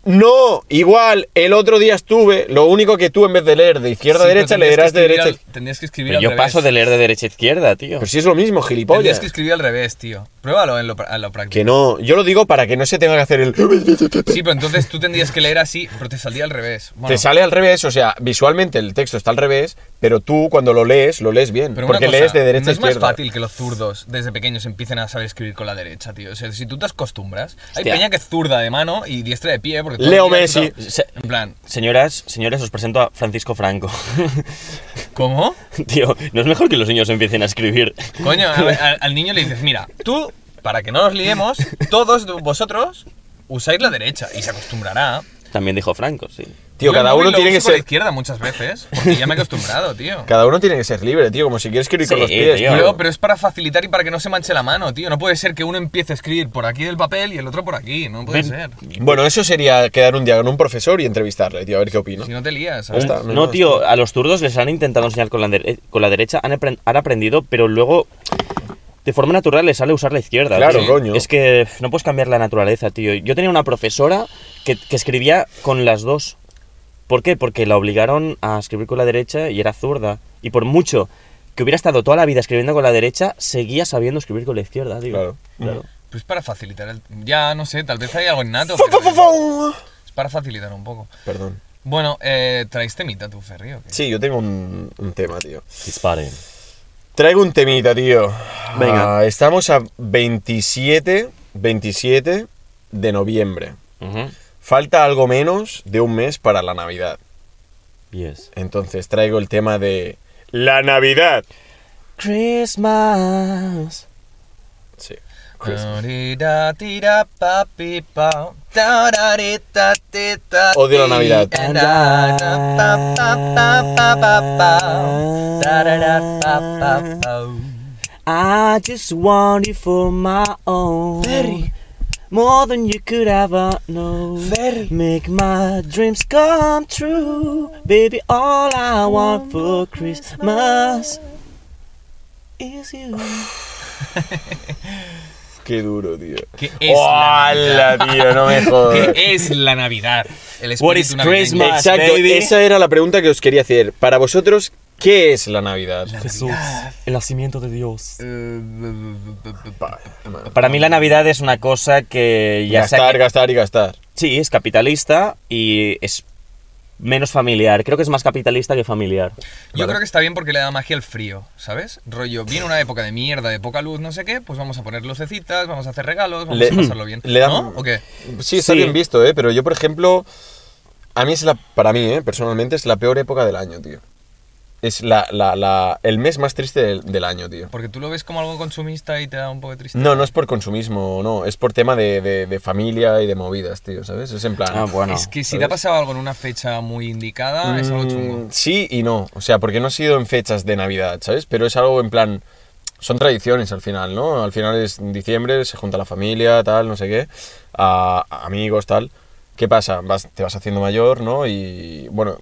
Speaker 1: No, igual, el otro día estuve. Lo único que tú en vez de leer de izquierda a
Speaker 3: Sí, pero
Speaker 1: derecha,
Speaker 3: tendrías que
Speaker 1: leerás de derecha.
Speaker 3: escribir
Speaker 1: a
Speaker 3: al- tendrías que escribir
Speaker 2: Pero
Speaker 3: al
Speaker 2: yo
Speaker 3: revés.
Speaker 2: paso de leer de derecha a izquierda, tío.
Speaker 1: Pero si es lo mismo,
Speaker 3: Tendrías
Speaker 1: gilipollas.
Speaker 3: que escribir al revés, tío. Pruébalo en lo, pra- a lo práctico.
Speaker 1: Que no, yo lo digo para que no se tenga que hacer el...
Speaker 3: Sí, pero entonces tú tendrías que leer así, pero te saldría al revés. Bueno,
Speaker 1: Te sale al revés, o sea, visualmente el texto está al revés, pero tú cuando lo lees, lo lees bien.
Speaker 3: pero una
Speaker 1: porque
Speaker 3: cosa,
Speaker 1: lees de derecha
Speaker 3: ¿no
Speaker 1: a
Speaker 3: es más
Speaker 1: izquierda.
Speaker 3: fácil que los zurdos desde pequeños empiecen a saber escribir con la derecha, tío. O sea, si tú te acostumbras, hay
Speaker 2: Hostia.
Speaker 3: peña que es zurda de mano y diestra de pie. Porque todo el
Speaker 1: Leo
Speaker 3: día
Speaker 1: Messi.
Speaker 3: tú-
Speaker 2: Se-
Speaker 3: En plan,
Speaker 2: Señoras, señores, os presento a Francisco Franco. [laughs]
Speaker 3: ¿cómo?
Speaker 2: tío, no es mejor que los niños empiecen a escribir.
Speaker 3: Coño, a ver, al, al niño le dices, mira, tú, para que no nos liemos, todos vosotros usáis la derecha y se acostumbrará.
Speaker 2: También dijo Franco, sí.
Speaker 1: Tío,
Speaker 3: Yo el
Speaker 1: cada
Speaker 3: móvil
Speaker 1: uno
Speaker 3: lo
Speaker 1: tiene
Speaker 3: uso
Speaker 1: que
Speaker 3: con la
Speaker 1: ser...
Speaker 3: izquierda muchas veces, porque ya me he acostumbrado, tío.
Speaker 1: Cada uno tiene que ser libre, tío, como si quieres escribir con
Speaker 2: Sí,
Speaker 1: los pies.
Speaker 2: tío.
Speaker 1: tío.
Speaker 3: Pero, pero es para facilitar y para que no se manche la mano, tío. No puede ser que uno empiece a escribir por aquí del papel y el otro por aquí. No puede ser.
Speaker 1: Bueno, eso sería quedar un día con un profesor y entrevistarle, tío, a ver qué opina.
Speaker 3: Si no te lías,
Speaker 1: Ya
Speaker 3: ¿sabes?
Speaker 1: está,
Speaker 2: no,
Speaker 1: hay más,
Speaker 2: tío, a los zurdos les han intentado enseñar con la, dere- eh, con la derecha, han, apren- han aprendido, pero luego de forma natural les sale usar la izquierda.
Speaker 1: Claro,
Speaker 2: tío.
Speaker 1: coño.
Speaker 2: Es que pf, no puedes cambiar la naturaleza, tío. Yo tenía una profesora que, que escribía con las dos. ¿Por qué? Porque la obligaron a escribir con la derecha y era zurda. Y por mucho que hubiera estado toda la vida escribiendo con la derecha, seguía sabiendo escribir con la izquierda, tío. Mm.
Speaker 1: Claro.
Speaker 3: Pues para facilitar el. Ya, no sé, tal vez hay algo innato.
Speaker 1: Fu, fu, fu,
Speaker 3: pero
Speaker 1: fu.
Speaker 3: Es para facilitar un poco.
Speaker 1: Perdón.
Speaker 3: Bueno, eh, traes temita tú, Ferri. o qué?
Speaker 1: Sí, yo tengo un, un tema, tío.
Speaker 2: Disparen.
Speaker 1: Traigo un temita, tío.
Speaker 2: Venga.
Speaker 1: Ah, estamos a 27, 27 de noviembre. Falta algo menos de un mes para la Navidad.
Speaker 2: Yes.
Speaker 1: Entonces traigo el tema de la Navidad.
Speaker 2: Christmas.
Speaker 1: Sí.
Speaker 3: Tira, tira, pa, pi, pa. Tarari, ta, ti, ta, ti.
Speaker 1: Odio la Navidad.
Speaker 3: Ta, ta, ta, ta, ta, pa, pa, pa. Tarara, pa, pa, pa.
Speaker 2: I just want you for my own.
Speaker 3: Ferry.
Speaker 2: More than you could ever know.
Speaker 3: Ferry.
Speaker 2: Make my dreams come true. Baby, all I want for Christmas is you.
Speaker 1: Qué duro, tío.
Speaker 3: Ah. ¿Qué es la
Speaker 1: ¡Hala,
Speaker 3: Navidad?
Speaker 1: tío! No me jodas.
Speaker 3: [laughs] ¿Qué es la Navidad? El
Speaker 2: What
Speaker 3: espíritu
Speaker 2: is
Speaker 3: navideño.
Speaker 2: Christmas?
Speaker 1: Exacto,
Speaker 2: baby.
Speaker 1: esa era la pregunta que os quería hacer. Para vosotros, ¿qué es la Navidad?
Speaker 2: Jesús, el nacimiento de Dios.
Speaker 3: Eh, b- b- b- b- b-
Speaker 2: Para mí la Navidad es una cosa que ya se ha
Speaker 1: gastar, gastar y gastar.
Speaker 2: Sí, es capitalista y es menos familiar. Creo que es más capitalista que familiar.
Speaker 3: Yo
Speaker 1: Vale.
Speaker 3: creo que está bien porque le da magia al frío, ¿sabes? Rollo, viene una época de mierda, de poca luz, no sé qué, pues vamos a poner lucecitas, vamos a hacer regalos, vamos
Speaker 1: Le-
Speaker 3: a pasarlo bien.
Speaker 1: le da-
Speaker 3: ¿No? ¿O qué?
Speaker 1: Sí, está
Speaker 2: Sí.
Speaker 1: bien visto, ¿eh? Pero yo, por ejemplo, a mí es la, para mí, ¿eh? personalmente, es la peor época del año, tío. Es la, la, la, el mes más triste del, del año, tío.
Speaker 3: Porque tú lo ves como algo consumista y te da un poco de tristeza.
Speaker 1: No, no es por consumismo, no. Es por tema de, de- de familia y de movidas, tío, ¿sabes? Es en plan...
Speaker 2: Ah, bueno.
Speaker 3: es que si te ha pasado algo en una fecha muy indicada, Ah, es algo chungo.
Speaker 1: Mm, Sí y no. O sea, porque no ha sido en fechas de Navidad, ¿sabes? Pero es algo en plan. Son tradiciones al final, ¿no? Al final es en diciembre, se junta la familia, tal, no sé qué, a, a amigos, tal. ¿Qué pasa? Vas, te vas haciendo mayor, ¿no? Y bueno,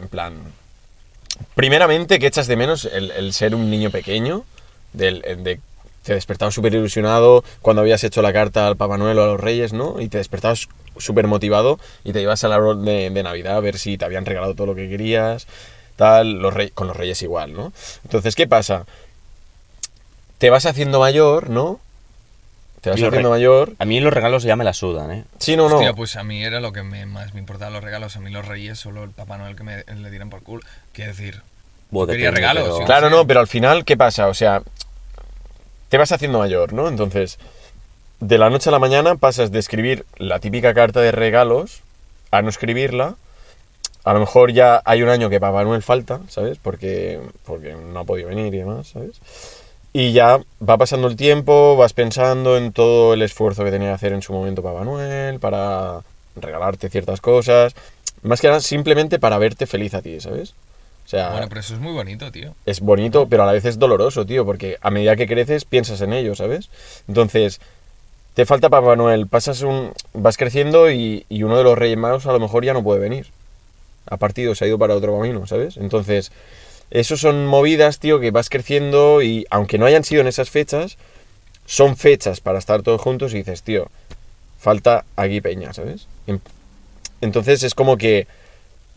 Speaker 1: en plan. Primeramente, que echas de menos el, el ser un niño pequeño, del, el de te despertabas súper ilusionado cuando habías hecho la carta al Papá Noel o a los Reyes, ¿no? Y te despertabas súper motivado y te ibas al árbol de, de Navidad a ver si te habían regalado todo lo que querías, tal, los rey- con los Reyes igual, ¿no? Entonces, ¿qué pasa? Te vas haciendo mayor, ¿no? Te vas
Speaker 2: Y los
Speaker 1: haciendo
Speaker 2: re-
Speaker 1: mayor.
Speaker 2: A mí los regalos ya me la sudan, ¿eh?
Speaker 1: Sí, no, no.
Speaker 3: Hostia, pues a mí era lo que me- más me importaban los regalos. A mí los reyes, solo el Papá Noel que me le dieran por culo. Quiero decir,
Speaker 2: Buah,
Speaker 3: Yo quería
Speaker 2: depende,
Speaker 3: regalos,
Speaker 2: pero-
Speaker 3: sí.
Speaker 1: Claro, no, pero al final, ¿qué pasa? O sea, te vas haciendo mayor, ¿no? Entonces, de la noche a la mañana pasas de escribir la típica carta de regalos a no escribirla. A lo mejor ya hay un año que Papá Noel falta, ¿sabes? Porque, porque no ha podido venir y demás, ¿sabes? Y ya va pasando el tiempo, vas pensando en todo el esfuerzo que tenía que hacer en su momento Papá Noel para regalarte ciertas cosas. Más que nada, simplemente para verte feliz a ti, ¿sabes? O sea,
Speaker 3: bueno, pero eso es muy bonito, tío.
Speaker 1: es bonito, pero a la vez es doloroso, tío, porque a medida que creces piensas en ello, ¿sabes? Entonces, te falta Papá Noel, pasas un, vas creciendo y, y uno de los Reyes Magos a lo mejor ya no puede venir. Ha partido, se ha ido para otro camino, ¿sabes? Entonces, esos son movidas, tío, que vas creciendo y aunque no hayan sido en esas fechas, son fechas para estar todos juntos y dices, tío, falta aquí Peña, ¿sabes? En- Entonces es como que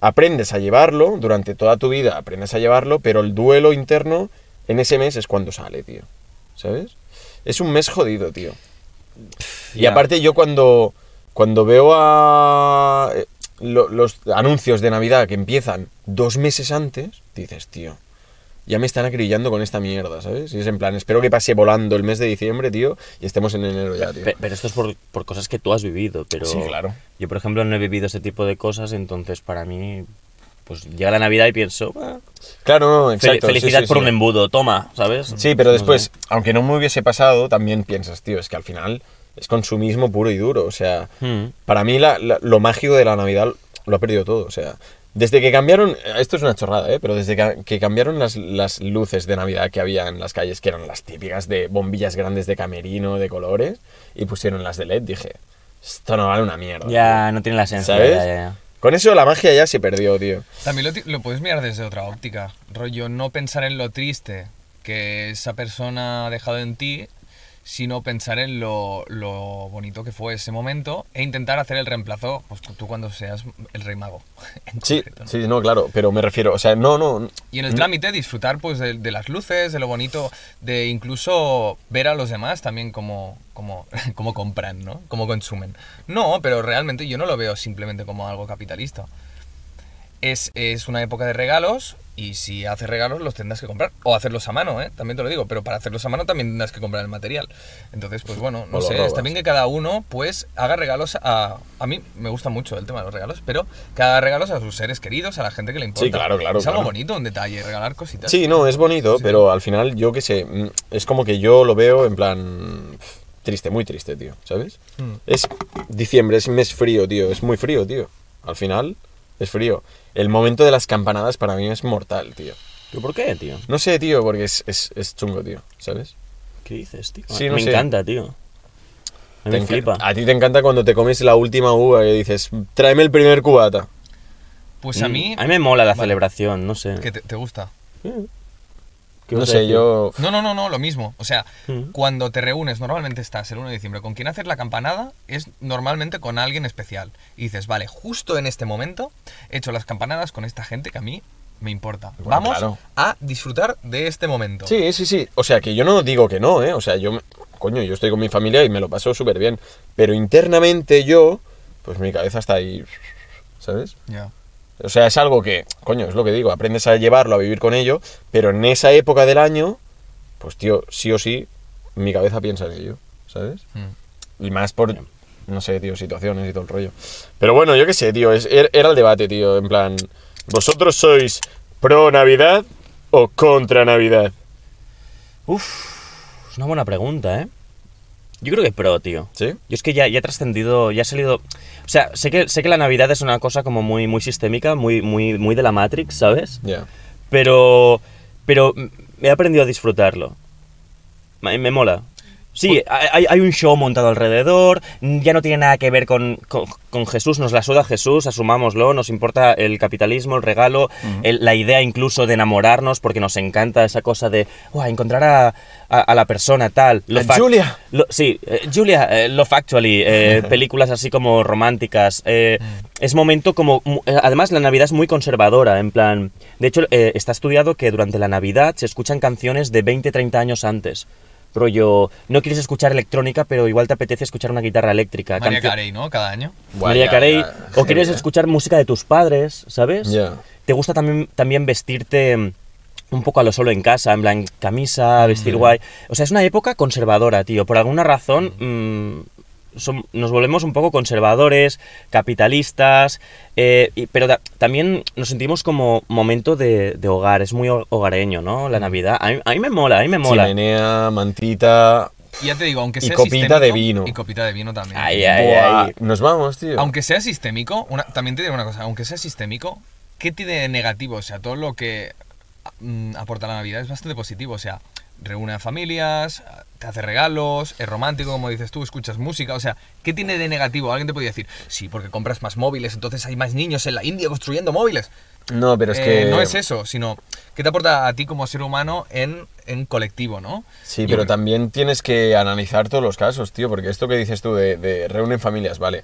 Speaker 1: aprendes a llevarlo, durante toda tu vida aprendes a llevarlo, pero el duelo interno en ese mes es cuando sale, tío. ¿Sabes? Es un mes jodido, tío. Y
Speaker 2: Ya.
Speaker 1: aparte yo cuando, cuando veo a eh, lo- los anuncios de Navidad que empiezan dos meses antes, dices, tío, ya me están acrillando con esta mierda, ¿sabes? Y es en plan, espero que pase volando el mes de diciembre, tío, y estemos en enero ya, tío.
Speaker 2: Pe- Pero esto es por, por cosas que tú has vivido, pero...
Speaker 1: Sí, claro.
Speaker 2: Yo, por ejemplo, no he vivido ese tipo de cosas, entonces para mí... Pues llega la Navidad y pienso... "Ah,
Speaker 1: Claro, no,
Speaker 2: fel-
Speaker 1: exacto. sí,
Speaker 2: felicidad
Speaker 1: sí,
Speaker 2: por
Speaker 1: sí.
Speaker 2: un embudo, toma, ¿sabes?
Speaker 1: Sí, pero
Speaker 2: No
Speaker 1: después,
Speaker 2: sé.
Speaker 1: aunque no me hubiese pasado, también piensas, tío, es que al final es consumismo puro y duro. O sea,
Speaker 2: Hmm.
Speaker 1: para mí la- la- lo mágico de la Navidad lo ha perdido todo. O sea, desde que cambiaron, esto es una chorrada, ¿eh? pero desde que, que cambiaron las, las luces de Navidad que había en las calles, que eran las típicas de bombillas grandes de camerino, de colores, y pusieron las de LED, dije, esto no vale una mierda.
Speaker 2: Ya, no tiene la esencia.
Speaker 1: ¿Sabes?
Speaker 2: ya, ya, ya.
Speaker 1: Con eso la magia ya se perdió, tío.
Speaker 3: También lo, ti- lo puedes mirar desde otra óptica. Rollo, no pensar en lo triste que esa persona ha dejado en ti, sino pensar en lo, lo bonito que fue ese momento e intentar hacer el reemplazo, pues tú cuando seas el rey mago. [laughs] en
Speaker 1: Sí,
Speaker 3: concreto, ¿no?
Speaker 1: sí, no, claro, pero me refiero, o sea, no, no,
Speaker 3: Y en el trámite disfrutar pues de, de las luces, de lo bonito, de incluso ver a los demás también como, como, [laughs] como compran, ¿no? Como consumen. No, pero realmente yo no lo veo simplemente como algo capitalista. Es, es una época de regalos y si haces regalos los tendrás que comprar. O hacerlos a mano, ¿eh? También te lo digo. Pero para hacerlos a mano también tendrás que comprar el material. Entonces, pues bueno,
Speaker 1: O
Speaker 3: no
Speaker 1: lo
Speaker 3: sé.
Speaker 1: robas.
Speaker 3: Está bien que cada uno pues haga regalos a... A mí me gusta mucho el tema de los regalos, pero que haga regalos a sus seres queridos, a la gente que le importa.
Speaker 1: Sí, claro, claro,
Speaker 3: Es algo
Speaker 1: claro.
Speaker 3: bonito bonito un detalle, regalar cositas.
Speaker 1: Sí, no, es bonito, pero al final yo qué sé, mm, es como que yo lo veo en plan pf, triste, muy triste, tío, ¿sabes?
Speaker 3: Mm.
Speaker 1: Es diciembre, es mes frío, tío, es muy frío, tío. Al final es frío. El momento de las campanadas para mí es mortal, tío.
Speaker 2: ¿Pero por qué, tío?
Speaker 1: No sé, tío, porque es, es, es chungo, tío, ¿sabes?
Speaker 2: ¿Qué dices, tío?
Speaker 1: Sí, no
Speaker 2: me
Speaker 1: sé.
Speaker 2: encanta, tío. A mí
Speaker 1: Te
Speaker 2: me
Speaker 1: enca-
Speaker 2: flipa.
Speaker 1: A ti te encanta cuando te comes la última uva y dices, tráeme el primer cubata.
Speaker 3: Pues a mí,
Speaker 2: Mm, a mí me mola la
Speaker 3: Vale.
Speaker 2: celebración, no sé.
Speaker 3: que te, te gusta.
Speaker 2: Mm. ¿Qué
Speaker 1: No
Speaker 2: vas a
Speaker 1: sé,
Speaker 2: decir?
Speaker 1: yo...
Speaker 3: No, no, no, no, lo mismo. O sea,
Speaker 2: Mm.
Speaker 3: cuando te reúnes, normalmente estás el 1 de diciembre, con quien haces la campanada es normalmente con alguien especial. Y dices, vale, justo en este momento he hecho las campanadas con esta gente que a mí me importa.
Speaker 1: Bueno,
Speaker 3: Vamos
Speaker 1: claro.
Speaker 3: a disfrutar de este momento.
Speaker 1: Sí, sí, sí. O sea, que yo no digo que no, ¿eh? O sea, yo... me- Coño, yo estoy con mi familia y me lo paso súper bien. Pero internamente yo, pues mi cabeza está ahí, ¿sabes?
Speaker 3: Ya.
Speaker 1: O sea, es algo que, coño, es lo que digo, aprendes a llevarlo, a vivir con ello, pero en esa época del año, pues tío, sí o sí, mi cabeza piensa en ello, ¿sabes?
Speaker 3: Mm.
Speaker 1: Y más por, no sé, tío, situaciones y todo el rollo. Pero bueno, yo qué sé, tío, es, er- era el debate, tío, en plan, ¿vosotros sois pro Navidad o contra Navidad?
Speaker 2: Es una buena pregunta, ¿eh? Yo creo que pro, tío.
Speaker 1: ¿Sí?
Speaker 2: Yo es que ya, ya he trascendido, ya he salido... O sea, sé que, sé que la Navidad es una cosa como muy, muy sistémica, muy, muy, muy de la Matrix, ¿sabes?
Speaker 1: Ya.
Speaker 2: Pero, pero he aprendido a disfrutarlo. Me, me mola. Sí,
Speaker 1: Pues
Speaker 2: hay, hay un show montado alrededor, ya no tiene nada que ver con, con- con Jesús, nos la suda Jesús, asumámoslo, nos importa el capitalismo, el regalo, el- la idea incluso de enamorarnos, porque nos encanta esa cosa de "Buah, encontrar a, a- a la persona tal.
Speaker 1: A
Speaker 2: fac-
Speaker 1: Julia.
Speaker 2: lo- sí, eh, Julia, eh, Love Actually, eh, películas así como románticas. eh, es momento como... mu- eh, Además, la Navidad es muy conservadora, en plan... De hecho, eh, está estudiado que durante la Navidad se escuchan canciones de 20, 30 años antes. Rollo, no quieres escuchar electrónica, pero igual te apetece escuchar una guitarra eléctrica.
Speaker 3: María
Speaker 2: cancio-
Speaker 3: Carey, ¿no? Cada año.
Speaker 1: Buah,
Speaker 2: María
Speaker 1: ya,
Speaker 2: Carey.
Speaker 1: ya,
Speaker 2: o quieres
Speaker 1: genial.
Speaker 2: escuchar música de tus padres, ¿sabes?
Speaker 1: Ya.
Speaker 2: Te gusta también, también vestirte mm, un poco a lo solo en casa, en plan camisa, vestir guay. O sea, es una época conservadora, tío. Por alguna razón mm, som- nos volvemos un poco conservadores, capitalistas, eh, y- pero ta- también nos sentimos como momento de, de hogar. Es muy ho- hogareño, ¿no? La Navidad. A mí, a mí me mola, a mí me mola.
Speaker 1: Chimenea, mantita...
Speaker 3: Y ya te digo, aunque
Speaker 1: Y
Speaker 3: sea
Speaker 1: copita de
Speaker 3: sistémico-
Speaker 1: vino.
Speaker 3: Y copita de vino también.
Speaker 2: Ay, ay,
Speaker 1: Buah,
Speaker 2: ay.
Speaker 1: Nos vamos, tío.
Speaker 3: Aunque sea sistémico, una- también te diré una cosa, aunque sea sistémico, ¿qué tiene de negativo? O sea, todo lo que mm, aporta la Navidad es bastante positivo, o sea, reúne a familias, te hace regalos, es romántico, como dices tú, escuchas música, o sea, ¿qué tiene de negativo? Alguien te podría decir, sí, porque compras más móviles, entonces hay más niños en la India construyendo móviles.
Speaker 1: No, pero es
Speaker 3: Eh,
Speaker 1: que...
Speaker 3: No es eso, sino, ¿qué te aporta a ti como ser humano en, en colectivo, no?
Speaker 1: Sí,
Speaker 3: Yo
Speaker 1: pero
Speaker 3: creo-
Speaker 1: también tienes que analizar todos los casos, tío, porque esto que dices tú de, de reúnen familias, vale.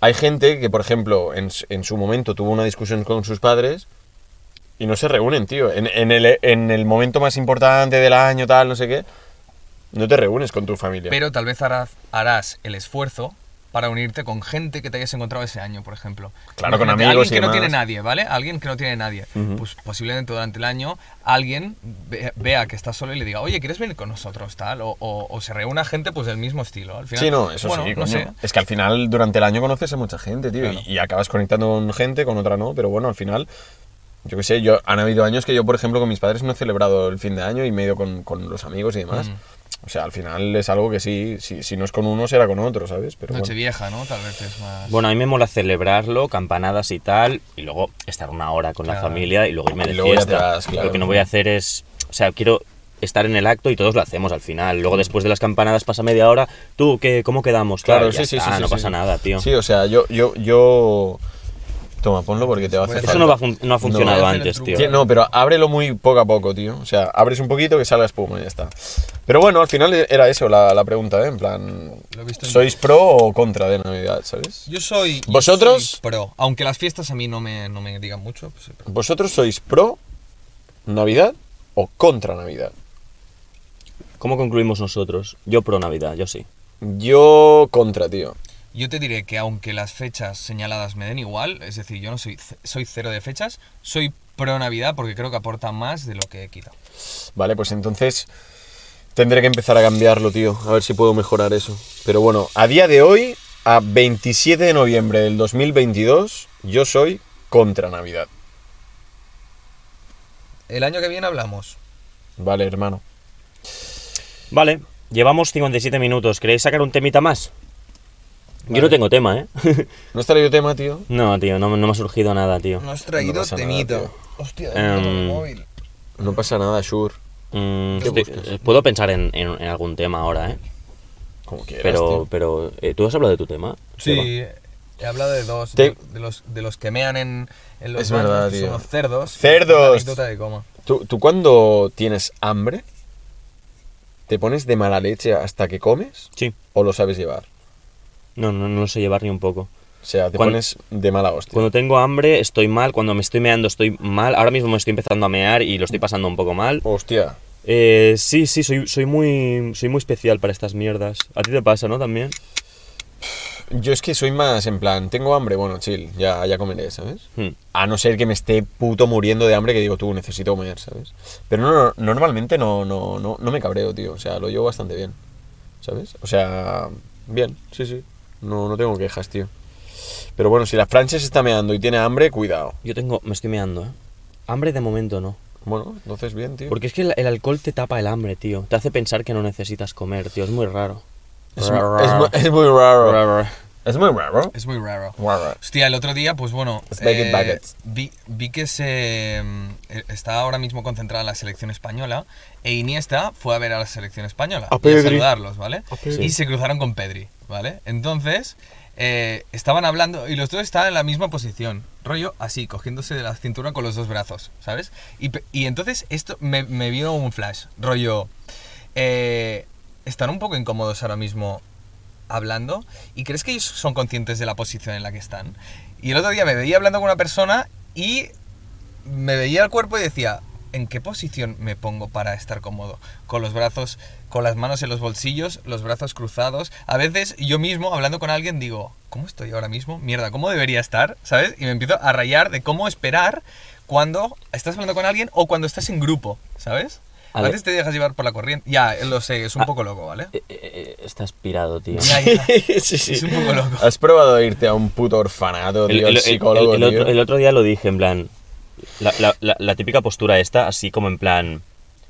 Speaker 1: Hay gente que, por ejemplo, en, s- en su momento tuvo una discusión con sus padres y no se reúnen, tío. En, en el, en el momento más importante del año, tal, no sé qué, no te reúnes con tu familia.
Speaker 3: Pero tal vez harás, harás el esfuerzo para unirte con gente que te hayas encontrado ese año, por ejemplo.
Speaker 1: Claro, con
Speaker 3: Imagínate,
Speaker 1: amigos y
Speaker 3: Alguien que no
Speaker 1: demás.
Speaker 3: tiene nadie, ¿vale? Alguien que no tiene nadie. Pues posiblemente durante el año alguien ve- vea que está solo y le diga, oye, ¿quieres venir con nosotros? tal O, o- o se reúna gente pues del mismo estilo. Al final,
Speaker 1: Sí, no, eso
Speaker 3: bueno,
Speaker 1: sí,
Speaker 3: no
Speaker 1: coño.
Speaker 3: sé.
Speaker 1: Es que al final durante el año conoces a mucha gente, tío, y-
Speaker 3: Claro.
Speaker 1: y, acabas conectando con gente, con otra no, pero bueno, al final, yo qué sé, yo, han habido años que yo, por ejemplo, con mis padres no he celebrado el fin de año y me he ido con, con los amigos y demás. O sea, al final es algo que sí, si, si no es con uno, será con otro, ¿sabes? Pero bueno.
Speaker 3: Nochevieja, ¿no? Tal vez es más...
Speaker 2: Bueno, a mí me mola celebrarlo, campanadas y tal, y luego estar una hora con la
Speaker 3: Claro.
Speaker 2: familia y luego irme de
Speaker 1: Y luego ya te
Speaker 2: fiesta.
Speaker 1: vas, claro.
Speaker 2: Lo que no voy a hacer es, o sea, quiero estar en el acto y todos lo hacemos al final.
Speaker 1: Mm.
Speaker 2: Luego después de las campanadas pasa media hora, tú, qué, ¿cómo quedamos?
Speaker 1: Claro,
Speaker 2: Tal, ya
Speaker 1: sí, sí,
Speaker 2: está,
Speaker 1: sí, sí,
Speaker 2: no
Speaker 1: sí.
Speaker 2: pasa nada, tío.
Speaker 1: Sí, o sea, yo, yo, yo... Toma, ponlo porque te va a hacer
Speaker 3: Eso
Speaker 2: Pues
Speaker 1: falta.
Speaker 2: Eso no, va a fun- no ha funcionado
Speaker 3: Voy a hacer el
Speaker 2: antes,
Speaker 3: truco.
Speaker 2: tío.
Speaker 1: Sí, no, pero ábrelo muy poco a poco, tío. O sea, abres un poquito que salga espuma y ya está. Pero bueno, al final era eso la, la pregunta, ¿eh? En plan,
Speaker 3: Lo he visto en-
Speaker 1: ¿sois pro o contra de Navidad, sabes?
Speaker 3: Yo soy... yo
Speaker 1: ¿Vosotros?
Speaker 3: soy pro. Aunque las fiestas a mí no me, no me digan mucho, pues soy pro.
Speaker 1: ¿Vosotros sois pro Navidad o contra Navidad?
Speaker 2: ¿Cómo concluimos nosotros? Yo pro Navidad, yo sí.
Speaker 1: Yo contra, tío.
Speaker 3: Yo te diré que aunque las fechas señaladas me den igual, es decir, yo no soy, c- soy cero de fechas, soy pro Navidad porque creo que aporta más de lo que quita.
Speaker 1: Vale, pues entonces tendré que empezar a cambiarlo, tío. A ver si puedo mejorar eso. Pero bueno, a día de hoy, a 27 de noviembre del 2022, yo soy contra Navidad.
Speaker 3: El año que viene hablamos.
Speaker 1: Vale, hermano.
Speaker 2: Vale, llevamos 57 minutos. ¿Queréis sacar un temita más? Yo no tengo tema, ¿eh? [laughs]
Speaker 1: ¿No estaré yo tema, tío?
Speaker 2: no, tío, no, no me ha surgido nada, tío.
Speaker 3: has
Speaker 1: traído No pasa nada, temita. tío.
Speaker 3: Hostia,
Speaker 2: tengo el Em, móvil.
Speaker 3: móvil.
Speaker 1: No pasa nada, Sure.
Speaker 2: Mm,
Speaker 1: ¿Qué
Speaker 2: estoy-
Speaker 1: buscas?
Speaker 2: puedo pensar en, en- en algún tema ahora, ¿eh?
Speaker 1: Como quieras.
Speaker 2: Pero,
Speaker 1: tío.
Speaker 2: pero eh, tú has hablado de tu tema. Seba?
Speaker 3: Sí, He hablado de dos,
Speaker 1: Te-
Speaker 3: de, de los, de los que mean en, en los
Speaker 1: Es
Speaker 3: baños,
Speaker 1: verdad,
Speaker 3: que
Speaker 1: tío.
Speaker 3: son los cerdos.
Speaker 1: ¡Cerdos!
Speaker 3: La anécdota de cómo.
Speaker 1: ¿Tú, tú cuando tienes hambre, te pones de mala leche hasta que comes
Speaker 2: Sí.
Speaker 1: o lo sabes llevar?
Speaker 2: No, no, no lo sé llevar ni un poco.
Speaker 1: O sea, te
Speaker 2: Cuando-
Speaker 1: pones de mala hostia.
Speaker 2: Cuando tengo hambre estoy mal, cuando me estoy meando estoy mal. Ahora mismo me estoy empezando a mear y lo estoy pasando un poco mal.
Speaker 1: Hostia.
Speaker 2: Eh, sí, sí, soy, soy, muy, soy muy especial para estas mierdas. A ti te pasa, ¿no? También.
Speaker 1: Yo es que soy más en plan, tengo hambre, bueno, chill, ya, ya comeré, ¿sabes?
Speaker 2: Hmm.
Speaker 1: A no ser que me esté puto muriendo de hambre que digo, tú, necesito comer, ¿sabes? Pero no, no, normalmente no, no, no, no me cabreo, tío. O sea, lo llevo bastante bien, ¿sabes? O sea, bien, sí, sí. No, no tengo quejas, tío. Pero bueno, si la Francia se está meando y tiene hambre, cuidado.
Speaker 2: Yo tengo, me estoy meando, ¿eh? Hambre de momento no.
Speaker 1: Bueno, entonces bien, tío.
Speaker 2: Porque es que el, el alcohol te tapa el hambre, tío. Te hace pensar que no necesitas comer, tío. Es muy raro.
Speaker 1: Es, mu- es mu- es muy raro. Es muy raro.
Speaker 3: Es muy raro.
Speaker 1: Raro.
Speaker 3: Hostia, el otro día, pues bueno,
Speaker 1: Spaghetti buckets.
Speaker 3: vi, vi que se mm, eh, está ahora mismo concentrada la selección española e Iniesta fue a ver a la selección española
Speaker 1: A
Speaker 3: y a
Speaker 1: Pedri.
Speaker 3: saludarlos, ¿vale?
Speaker 1: Pedri.
Speaker 3: Y se cruzaron con Pedri, ¿vale? Entonces eh, estaban hablando y los dos estaban en la misma posición, rollo así, cogiéndose de la cintura con los dos brazos, ¿sabes? Y, pe- y entonces esto me, me vino un flash, rollo... eh, están un poco incómodos ahora mismo hablando y crees que ellos son conscientes de la posición en la que están. Y el otro día me veía hablando con una persona y me veía el cuerpo y decía, ¿en qué posición me pongo para estar cómodo? Con los brazos, con las manos en los bolsillos, los brazos cruzados. A veces yo mismo, hablando con alguien, digo, ¿cómo estoy ahora mismo? Mierda, ¿cómo debería estar? ¿Sabes? Y me empiezo a rayar de cómo esperar cuando estás hablando con alguien o cuando estás en grupo, ¿sabes? A
Speaker 2: Ale-
Speaker 3: veces te dejas llevar por la corriente. Ya, lo sé, es un
Speaker 2: Ah.
Speaker 3: poco loco, ¿vale?
Speaker 2: Eh, eh, eh, estás pirado, tío.
Speaker 3: Ya, ya.
Speaker 1: [laughs] sí, sí.
Speaker 3: Es un poco loco.
Speaker 1: ¿Has probado irte a un puto orfanato,
Speaker 2: El,
Speaker 1: tío? El,
Speaker 2: el- el-
Speaker 1: psicólogo,
Speaker 2: el- el otro,
Speaker 1: tío?
Speaker 2: el otro día lo dije, en plan. La, la- la- la típica postura esta, así como en plan.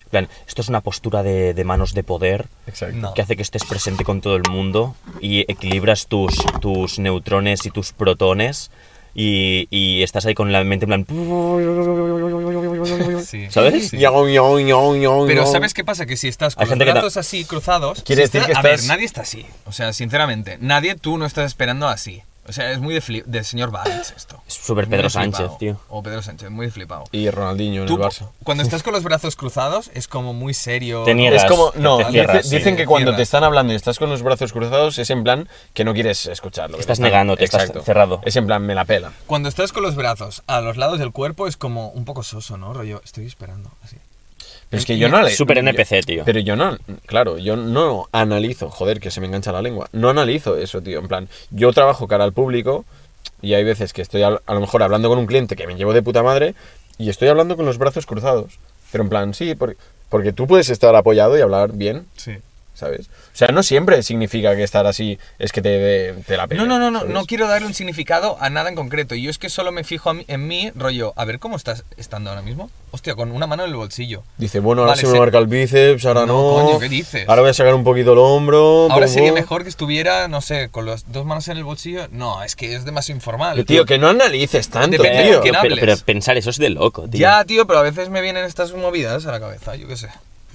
Speaker 2: en plan, esto es una postura de, de manos de poder
Speaker 1: [laughs] Exacto.
Speaker 3: No.
Speaker 2: que hace que estés presente con todo el mundo y equilibras tus, tus neutrones y tus protones y, y estás ahí con la mente en plan.
Speaker 3: Sí.
Speaker 2: ¿Sabes?
Speaker 3: Sí.
Speaker 1: Ñau, ñau, ñau, ñau,
Speaker 3: Pero
Speaker 1: ñau.
Speaker 3: ¿sabes qué pasa? Que si estás con
Speaker 2: Hay
Speaker 3: los
Speaker 2: gente que no-
Speaker 3: brazos así cruzados...
Speaker 1: Quiere
Speaker 3: si
Speaker 1: decir
Speaker 3: está-
Speaker 1: que
Speaker 3: A ver,
Speaker 1: estás-
Speaker 3: nadie está así. O sea, sinceramente, nadie tú no estás esperando así. O sea, es muy de, fli- de señor Valls esto.
Speaker 2: Es súper
Speaker 3: Muy de
Speaker 2: Pedro Sánchez,
Speaker 3: flipado.
Speaker 2: tío.
Speaker 3: O Pedro Sánchez, muy de flipado.
Speaker 1: Y Ronaldinho en
Speaker 3: Tú,
Speaker 1: el Barça.
Speaker 3: cuando estás con los brazos cruzados, es como muy serio.
Speaker 2: Te niegas.
Speaker 1: Es como,
Speaker 2: te
Speaker 1: no,
Speaker 2: cierras,
Speaker 1: dice-
Speaker 2: sí.
Speaker 1: dicen que cuando
Speaker 3: Cierras.
Speaker 1: te están hablando y estás con los brazos cruzados es en plan que no quieres escucharlo. que
Speaker 2: Estás
Speaker 1: te están-
Speaker 2: negando, te estás
Speaker 1: Exacto.
Speaker 2: cerrado.
Speaker 1: Es en plan, me la pela.
Speaker 3: Cuando estás con los brazos a los lados del cuerpo, es como un poco soso, ¿no? Rollo, estoy esperando. Así.
Speaker 1: Pero es que yo no le-
Speaker 2: Mm, Súper
Speaker 1: yo-
Speaker 2: NPC, tío.
Speaker 1: Pero yo no, claro, yo no analizo, joder, que se me engancha la lengua. No analizo eso, tío. En plan, yo trabajo cara al público y hay veces que estoy al- a, lo mejor hablando con un cliente que me llevo de puta madre y estoy hablando con los brazos cruzados. Pero en plan, sí, por- porque tú puedes estar apoyado y hablar bien,
Speaker 3: Sí.
Speaker 1: ¿sabes? O sea, no siempre significa que estar así es que te, te la pela.
Speaker 3: No, no, no, no,
Speaker 1: ¿sabes?
Speaker 3: no quiero darle un significado a nada en concreto. Yo es que solo me fijo a mí- en mí, rollo, a ver cómo estás estando ahora mismo. Hostia, con una mano en el bolsillo.
Speaker 1: Dice, bueno, ahora
Speaker 3: Vale,
Speaker 1: se me
Speaker 3: se-
Speaker 1: marca el bíceps, ahora
Speaker 3: No,
Speaker 1: no.
Speaker 3: coño, ¿qué dices?
Speaker 1: Ahora voy a sacar un poquito el hombro.
Speaker 3: Ahora
Speaker 1: pum,
Speaker 3: sería
Speaker 1: pum".
Speaker 3: mejor que estuviera, no sé, con las dos manos en el bolsillo. No, es que es demasiado informal.
Speaker 1: Tío, que no analices tanto,
Speaker 3: Depende de
Speaker 1: tío.
Speaker 3: quién
Speaker 2: Pero- pero, pero
Speaker 3: hables.
Speaker 2: pensar eso es de loco, tío.
Speaker 3: Ya, tío, pero a veces me vienen estas movidas a la cabeza, yo qué sé.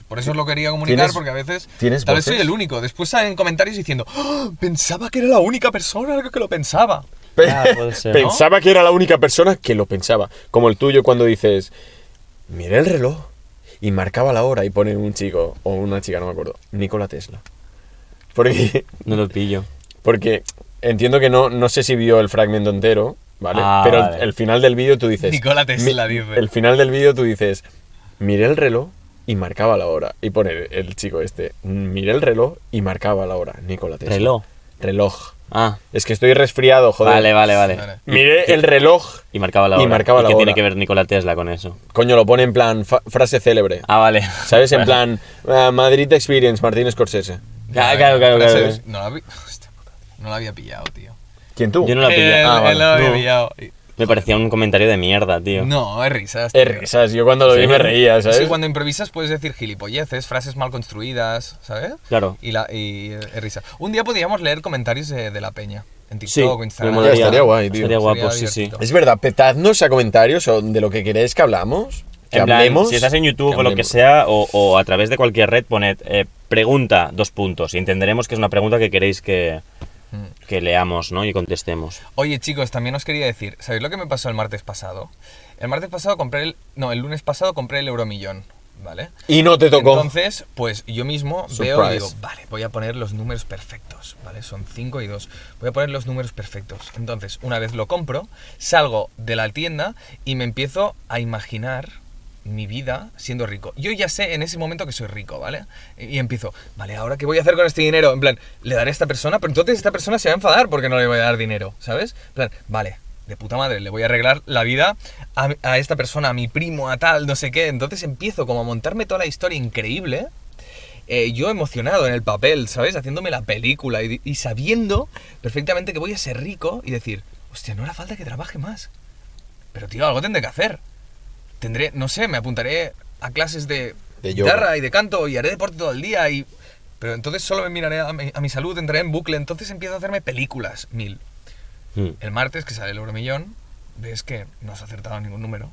Speaker 3: Por eso os lo quería comunicar,
Speaker 1: ¿Tienes-
Speaker 3: porque a veces
Speaker 1: tienes
Speaker 3: tal vez soy
Speaker 1: voces?
Speaker 3: el único. Después salen comentarios diciendo, "Ah, pensaba que era la única persona que lo pensaba.
Speaker 1: Pe-
Speaker 2: Ah,
Speaker 1: [laughs]
Speaker 2: puede ser, ¿no?
Speaker 1: pensaba que era la única persona que lo pensaba. Como el tuyo cuando dices, miré el reloj y marcaba la hora y pone un chico o una chica, no me acuerdo, Nikola Tesla. Porque,
Speaker 2: No lo pillo.
Speaker 1: porque entiendo que no, no sé si vio el fragmento entero, ¿vale?
Speaker 2: Ah,
Speaker 1: Pero el-
Speaker 2: vale.
Speaker 1: el final del vídeo tú dices...
Speaker 3: Nikola Tesla,
Speaker 1: "Mi-
Speaker 3: dice".
Speaker 1: El final del vídeo tú dices, miré el reloj y marcaba la hora. Y pone el chico este, miré el reloj y marcaba la hora, Nikola Tesla.
Speaker 2: Reloj.
Speaker 1: Reloj.
Speaker 2: Ah,
Speaker 1: Es que estoy resfriado, joder.
Speaker 2: vale, vale, vale.
Speaker 3: Vale.
Speaker 1: Miré el reloj
Speaker 2: Y marcaba la hora.
Speaker 1: Y marcaba la
Speaker 2: qué
Speaker 1: hora.
Speaker 2: tiene que ver Nikola Tesla con eso?
Speaker 1: Coño, lo pone en plan fa- frase célebre.
Speaker 2: Ah, [laughs] vale.
Speaker 1: ¿Sabes? En plan, ah, Madrid Experience, Martín Scorsese.
Speaker 2: Claro, Ah, claro, claro, claro.
Speaker 3: Frases- No la, vi- [laughs] Hostia puta, no la había pillado, tío.
Speaker 1: ¿Quién tú?
Speaker 2: Yo no la
Speaker 3: Eh,
Speaker 2: pillé.
Speaker 3: él-
Speaker 1: Ah, vale.
Speaker 3: él no la había
Speaker 1: No.
Speaker 3: pillado. Y-
Speaker 2: Me parecía un comentario de mierda, tío.
Speaker 3: No, es risas.
Speaker 1: Es
Speaker 3: tío.
Speaker 1: risas, yo cuando lo vi
Speaker 2: Sí.
Speaker 1: me reía,
Speaker 3: Es
Speaker 1: ¿sabes?
Speaker 3: que cuando improvisas puedes decir gilipolleces, frases mal construidas, ¿sabes?
Speaker 2: Claro.
Speaker 3: Y, la, y eh, es risa. Un día podríamos leer comentarios de, de la peña en TikTok
Speaker 2: Sí,
Speaker 3: o
Speaker 2: me
Speaker 3: Instagram.
Speaker 2: molaría.
Speaker 1: Estaría guay, tío.
Speaker 2: Estaría guapo, sí,
Speaker 3: Sería
Speaker 2: sí.
Speaker 3: divertido.
Speaker 1: Es verdad, petadnos a comentarios o de lo que queréis que hablamos. Que
Speaker 2: En plan,
Speaker 1: hablemos.
Speaker 2: si estás en YouTube
Speaker 1: que
Speaker 2: o lo que
Speaker 1: hablemos.
Speaker 2: sea, o, o a través de cualquier red, poned eh, pregunta, dos puntos, y entenderemos que es una pregunta que queréis que,
Speaker 3: Mm.
Speaker 2: que leamos, ¿no? Y contestemos.
Speaker 3: Oye, chicos, también os quería decir, ¿sabéis lo que me pasó el martes pasado? El martes pasado compré el. No, el lunes pasado compré el Euromillón, ¿vale?
Speaker 1: Y no te tocó.
Speaker 3: Entonces, pues yo mismo veo y
Speaker 1: Surprise.
Speaker 3: digo, vale, voy a poner los números perfectos, ¿vale? Son 5 y 2. Voy a poner los números perfectos. Entonces, una vez lo compro, salgo de la tienda y me empiezo a imaginar mi vida siendo rico. Yo ya sé en ese momento que soy rico, ¿vale? Y y empiezo, vale, ahora qué voy a hacer con este dinero? En plan, le daré a esta persona, pero entonces esta persona se va a enfadar porque no le voy a dar dinero, ¿sabes? En plan, vale, de puta madre, le voy a arreglar la vida a, a esta persona, a mi primo, a tal, no sé qué. Entonces empiezo como a montarme toda la historia increíble, eh, yo emocionado en el papel, ¿sabes? Haciéndome la película y, y sabiendo perfectamente que voy a ser rico y decir, hostia, no hará falta que trabaje más. Pero tío, algo tendré que hacer. Tendré, no sé, me apuntaré a clases de,
Speaker 1: De yoga.
Speaker 3: guitarra y de canto y haré deporte todo el día y... Pero entonces solo me miraré a mi, a mi salud, entraré en bucle, entonces empiezo a hacerme películas, mil.
Speaker 2: Mm.
Speaker 3: El martes que sale el euromillón, ves que no has acertado ningún número.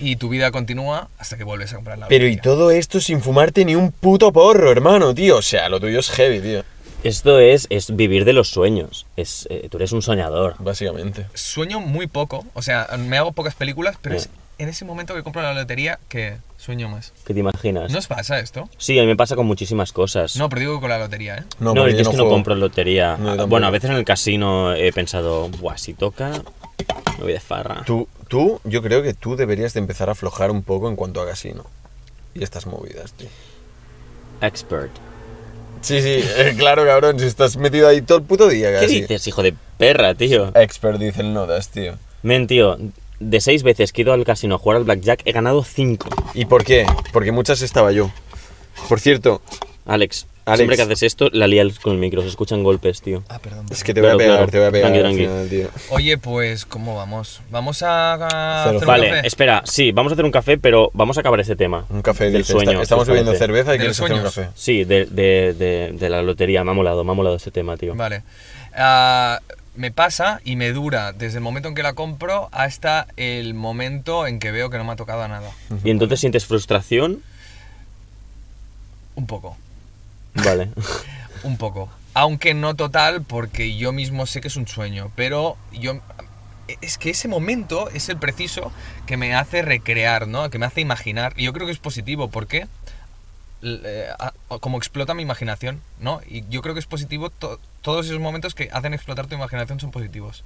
Speaker 3: Y tu vida continúa hasta que vuelves a comprar la
Speaker 1: Pero y
Speaker 3: lotería.
Speaker 1: todo esto sin fumarte ni un puto porro, hermano, tío. O sea, lo tuyo es heavy, tío.
Speaker 2: Esto es, es vivir de los sueños. Es, eh, tú eres un soñador.
Speaker 1: Básicamente.
Speaker 3: Sueño muy poco, o sea, me hago pocas películas, pero es
Speaker 2: Bien.
Speaker 3: en ese momento que compro la lotería que sueño más.
Speaker 2: ¿Qué te imaginas?
Speaker 3: ¿No os pasa esto?
Speaker 2: Sí, a mí me pasa con muchísimas cosas.
Speaker 3: No, pero digo con la lotería, ¿eh?
Speaker 2: No,
Speaker 1: porque
Speaker 2: es
Speaker 1: yo
Speaker 2: que es que no
Speaker 1: juego.
Speaker 2: compro
Speaker 1: No,
Speaker 2: lotería.
Speaker 1: yo
Speaker 2: Ah,
Speaker 1: tampoco.
Speaker 2: bueno, a veces en el casino he pensado, buah, si toca, me voy de farra.
Speaker 1: Tú, tú, yo creo que tú deberías de empezar a aflojar un poco en cuanto a casino. Y estas movidas, tío.
Speaker 2: Expert.
Speaker 1: Sí, sí, [laughs] eh, claro, cabrón. Si estás metido ahí todo el puto día,
Speaker 2: ¿Qué
Speaker 1: casi.
Speaker 2: dices, hijo de perra, tío?
Speaker 1: Expert dicen notas, tío.
Speaker 2: Men, tío, de seis veces que he ido al casino a jugar al blackjack, he ganado cinco.
Speaker 1: ¿Y por qué? Porque muchas estaba yo. Por cierto,
Speaker 2: Alex,
Speaker 1: Alex.
Speaker 2: siempre que haces esto, la lías con el micro, se escuchan golpes, tío.
Speaker 3: Ah, perdón.
Speaker 1: es que te
Speaker 2: Claro,
Speaker 1: voy a pegar,
Speaker 2: claro.
Speaker 1: te voy a pegar
Speaker 2: Tranqui,
Speaker 1: al
Speaker 2: tranqui.
Speaker 1: final, tío.
Speaker 3: Oye, pues, ¿cómo vamos? Vamos a... a
Speaker 1: Cero.
Speaker 3: hacer un
Speaker 2: Vale,
Speaker 3: café?
Speaker 2: espera, sí, vamos a hacer un café, pero vamos a acabar este tema.
Speaker 1: Un café,
Speaker 2: del
Speaker 1: dice. Está-
Speaker 2: sueño.
Speaker 1: estamos
Speaker 2: ¿os
Speaker 1: bebiendo
Speaker 2: parece?
Speaker 1: cerveza y
Speaker 3: De
Speaker 1: quieres
Speaker 3: los
Speaker 1: hacer un
Speaker 3: sueños.
Speaker 1: café.
Speaker 2: Sí, de, de- de- de la lotería, me ha molado, me ha molado este tema, tío.
Speaker 3: Vale. Ah, me pasa y me dura desde el momento en que la compro hasta el momento en que veo que no me ha tocado nada.
Speaker 2: ¿Y entonces sientes frustración?
Speaker 3: Un poco,
Speaker 2: Vale. [laughs]
Speaker 3: un poco. Aunque no total, porque yo mismo sé que es un sueño, pero yo... Es que ese momento es el preciso que me hace recrear, ¿no? Que me hace imaginar. Y yo creo que es positivo, porque eh, a- como explota mi imaginación, ¿no? Y yo creo que es positivo, to- todos esos momentos que hacen explotar tu imaginación son positivos.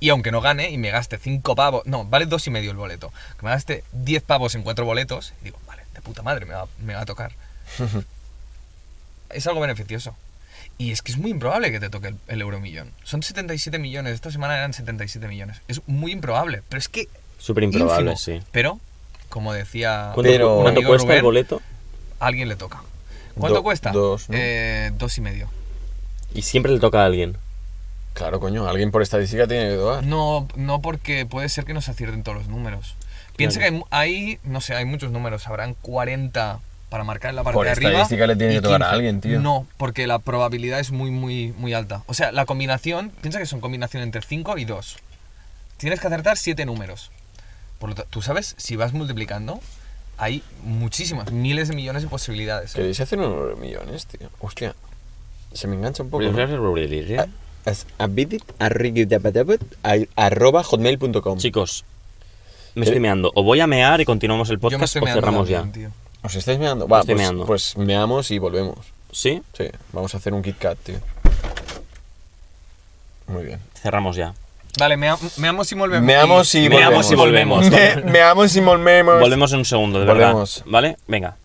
Speaker 3: Y aunque no gane y me gaste 5 pavos, no, vale dos y medio el boleto, que me gaste 10 pavos en cuatro boletos, digo, vale, de puta madre, me va, me va a tocar. es algo beneficioso. Y es que es muy improbable que te toque el, el euromillón. Son 77 millones, esta semana eran 77 millones. Es muy improbable, pero es que...
Speaker 2: Súper improbable,
Speaker 3: ínfimo.
Speaker 2: sí.
Speaker 3: Pero, como decía...
Speaker 2: ¿Cuánto,
Speaker 1: Pero-
Speaker 2: cu-
Speaker 1: un
Speaker 2: cuánto
Speaker 3: amigo
Speaker 2: cuesta el
Speaker 3: Rubén,
Speaker 2: boleto?
Speaker 3: a alguien le toca. ¿Cuánto
Speaker 1: Do-
Speaker 3: cuesta?
Speaker 1: dos, ¿no?
Speaker 3: Eh, dos y medio.
Speaker 2: Y siempre le toca a alguien.
Speaker 1: Claro, coño, alguien por estadística tiene que doar.
Speaker 3: No, no porque puede ser que no se acierten todos los números. Piensa
Speaker 2: Claro.
Speaker 3: que hay, mu- hay, no sé, hay muchos números, habrán 40 para marcar en la parte
Speaker 1: Por
Speaker 3: de arriba.
Speaker 1: estadística le tiene
Speaker 3: y
Speaker 1: que tocar a
Speaker 3: 15.
Speaker 1: alguien, tío.
Speaker 3: No, porque la probabilidad es muy, muy, muy alta. O sea, la combinación, piensa que son combinación entre 5 y 2. Tienes que acertar 7 números. Por lo tanto, tú sabes, si vas multiplicando, hay muchísimas, miles de millones de posibilidades.
Speaker 1: ¿Queréis hacer unos millones, tío? Hostia, se me engancha un poco. ¿no?
Speaker 2: Ah,
Speaker 1: Es arroba hotmail.com.
Speaker 2: Chicos, me estoy meando. O voy a mear y continuamos el
Speaker 3: Yo me
Speaker 2: podcast
Speaker 3: estoy
Speaker 2: o
Speaker 3: meando
Speaker 2: cerramos ya.
Speaker 3: también, tío.
Speaker 1: ¿Os estáis meando? Va,
Speaker 2: Estoy
Speaker 1: pues,
Speaker 2: meando.
Speaker 1: pues meamos y volvemos.
Speaker 2: ¿Sí?
Speaker 1: Sí, vamos a hacer un Kit Kat, tío. Muy bien.
Speaker 2: Cerramos ya.
Speaker 3: Vale, mea- meamos y volvemos.
Speaker 1: Meamos y
Speaker 2: Meamos
Speaker 1: volvemos.
Speaker 2: y volvemos.
Speaker 1: Me- meamos y volvemos.
Speaker 2: Volvemos en un segundo, de verdad.
Speaker 1: Pues Volvemos.
Speaker 2: ¿Vale? Venga.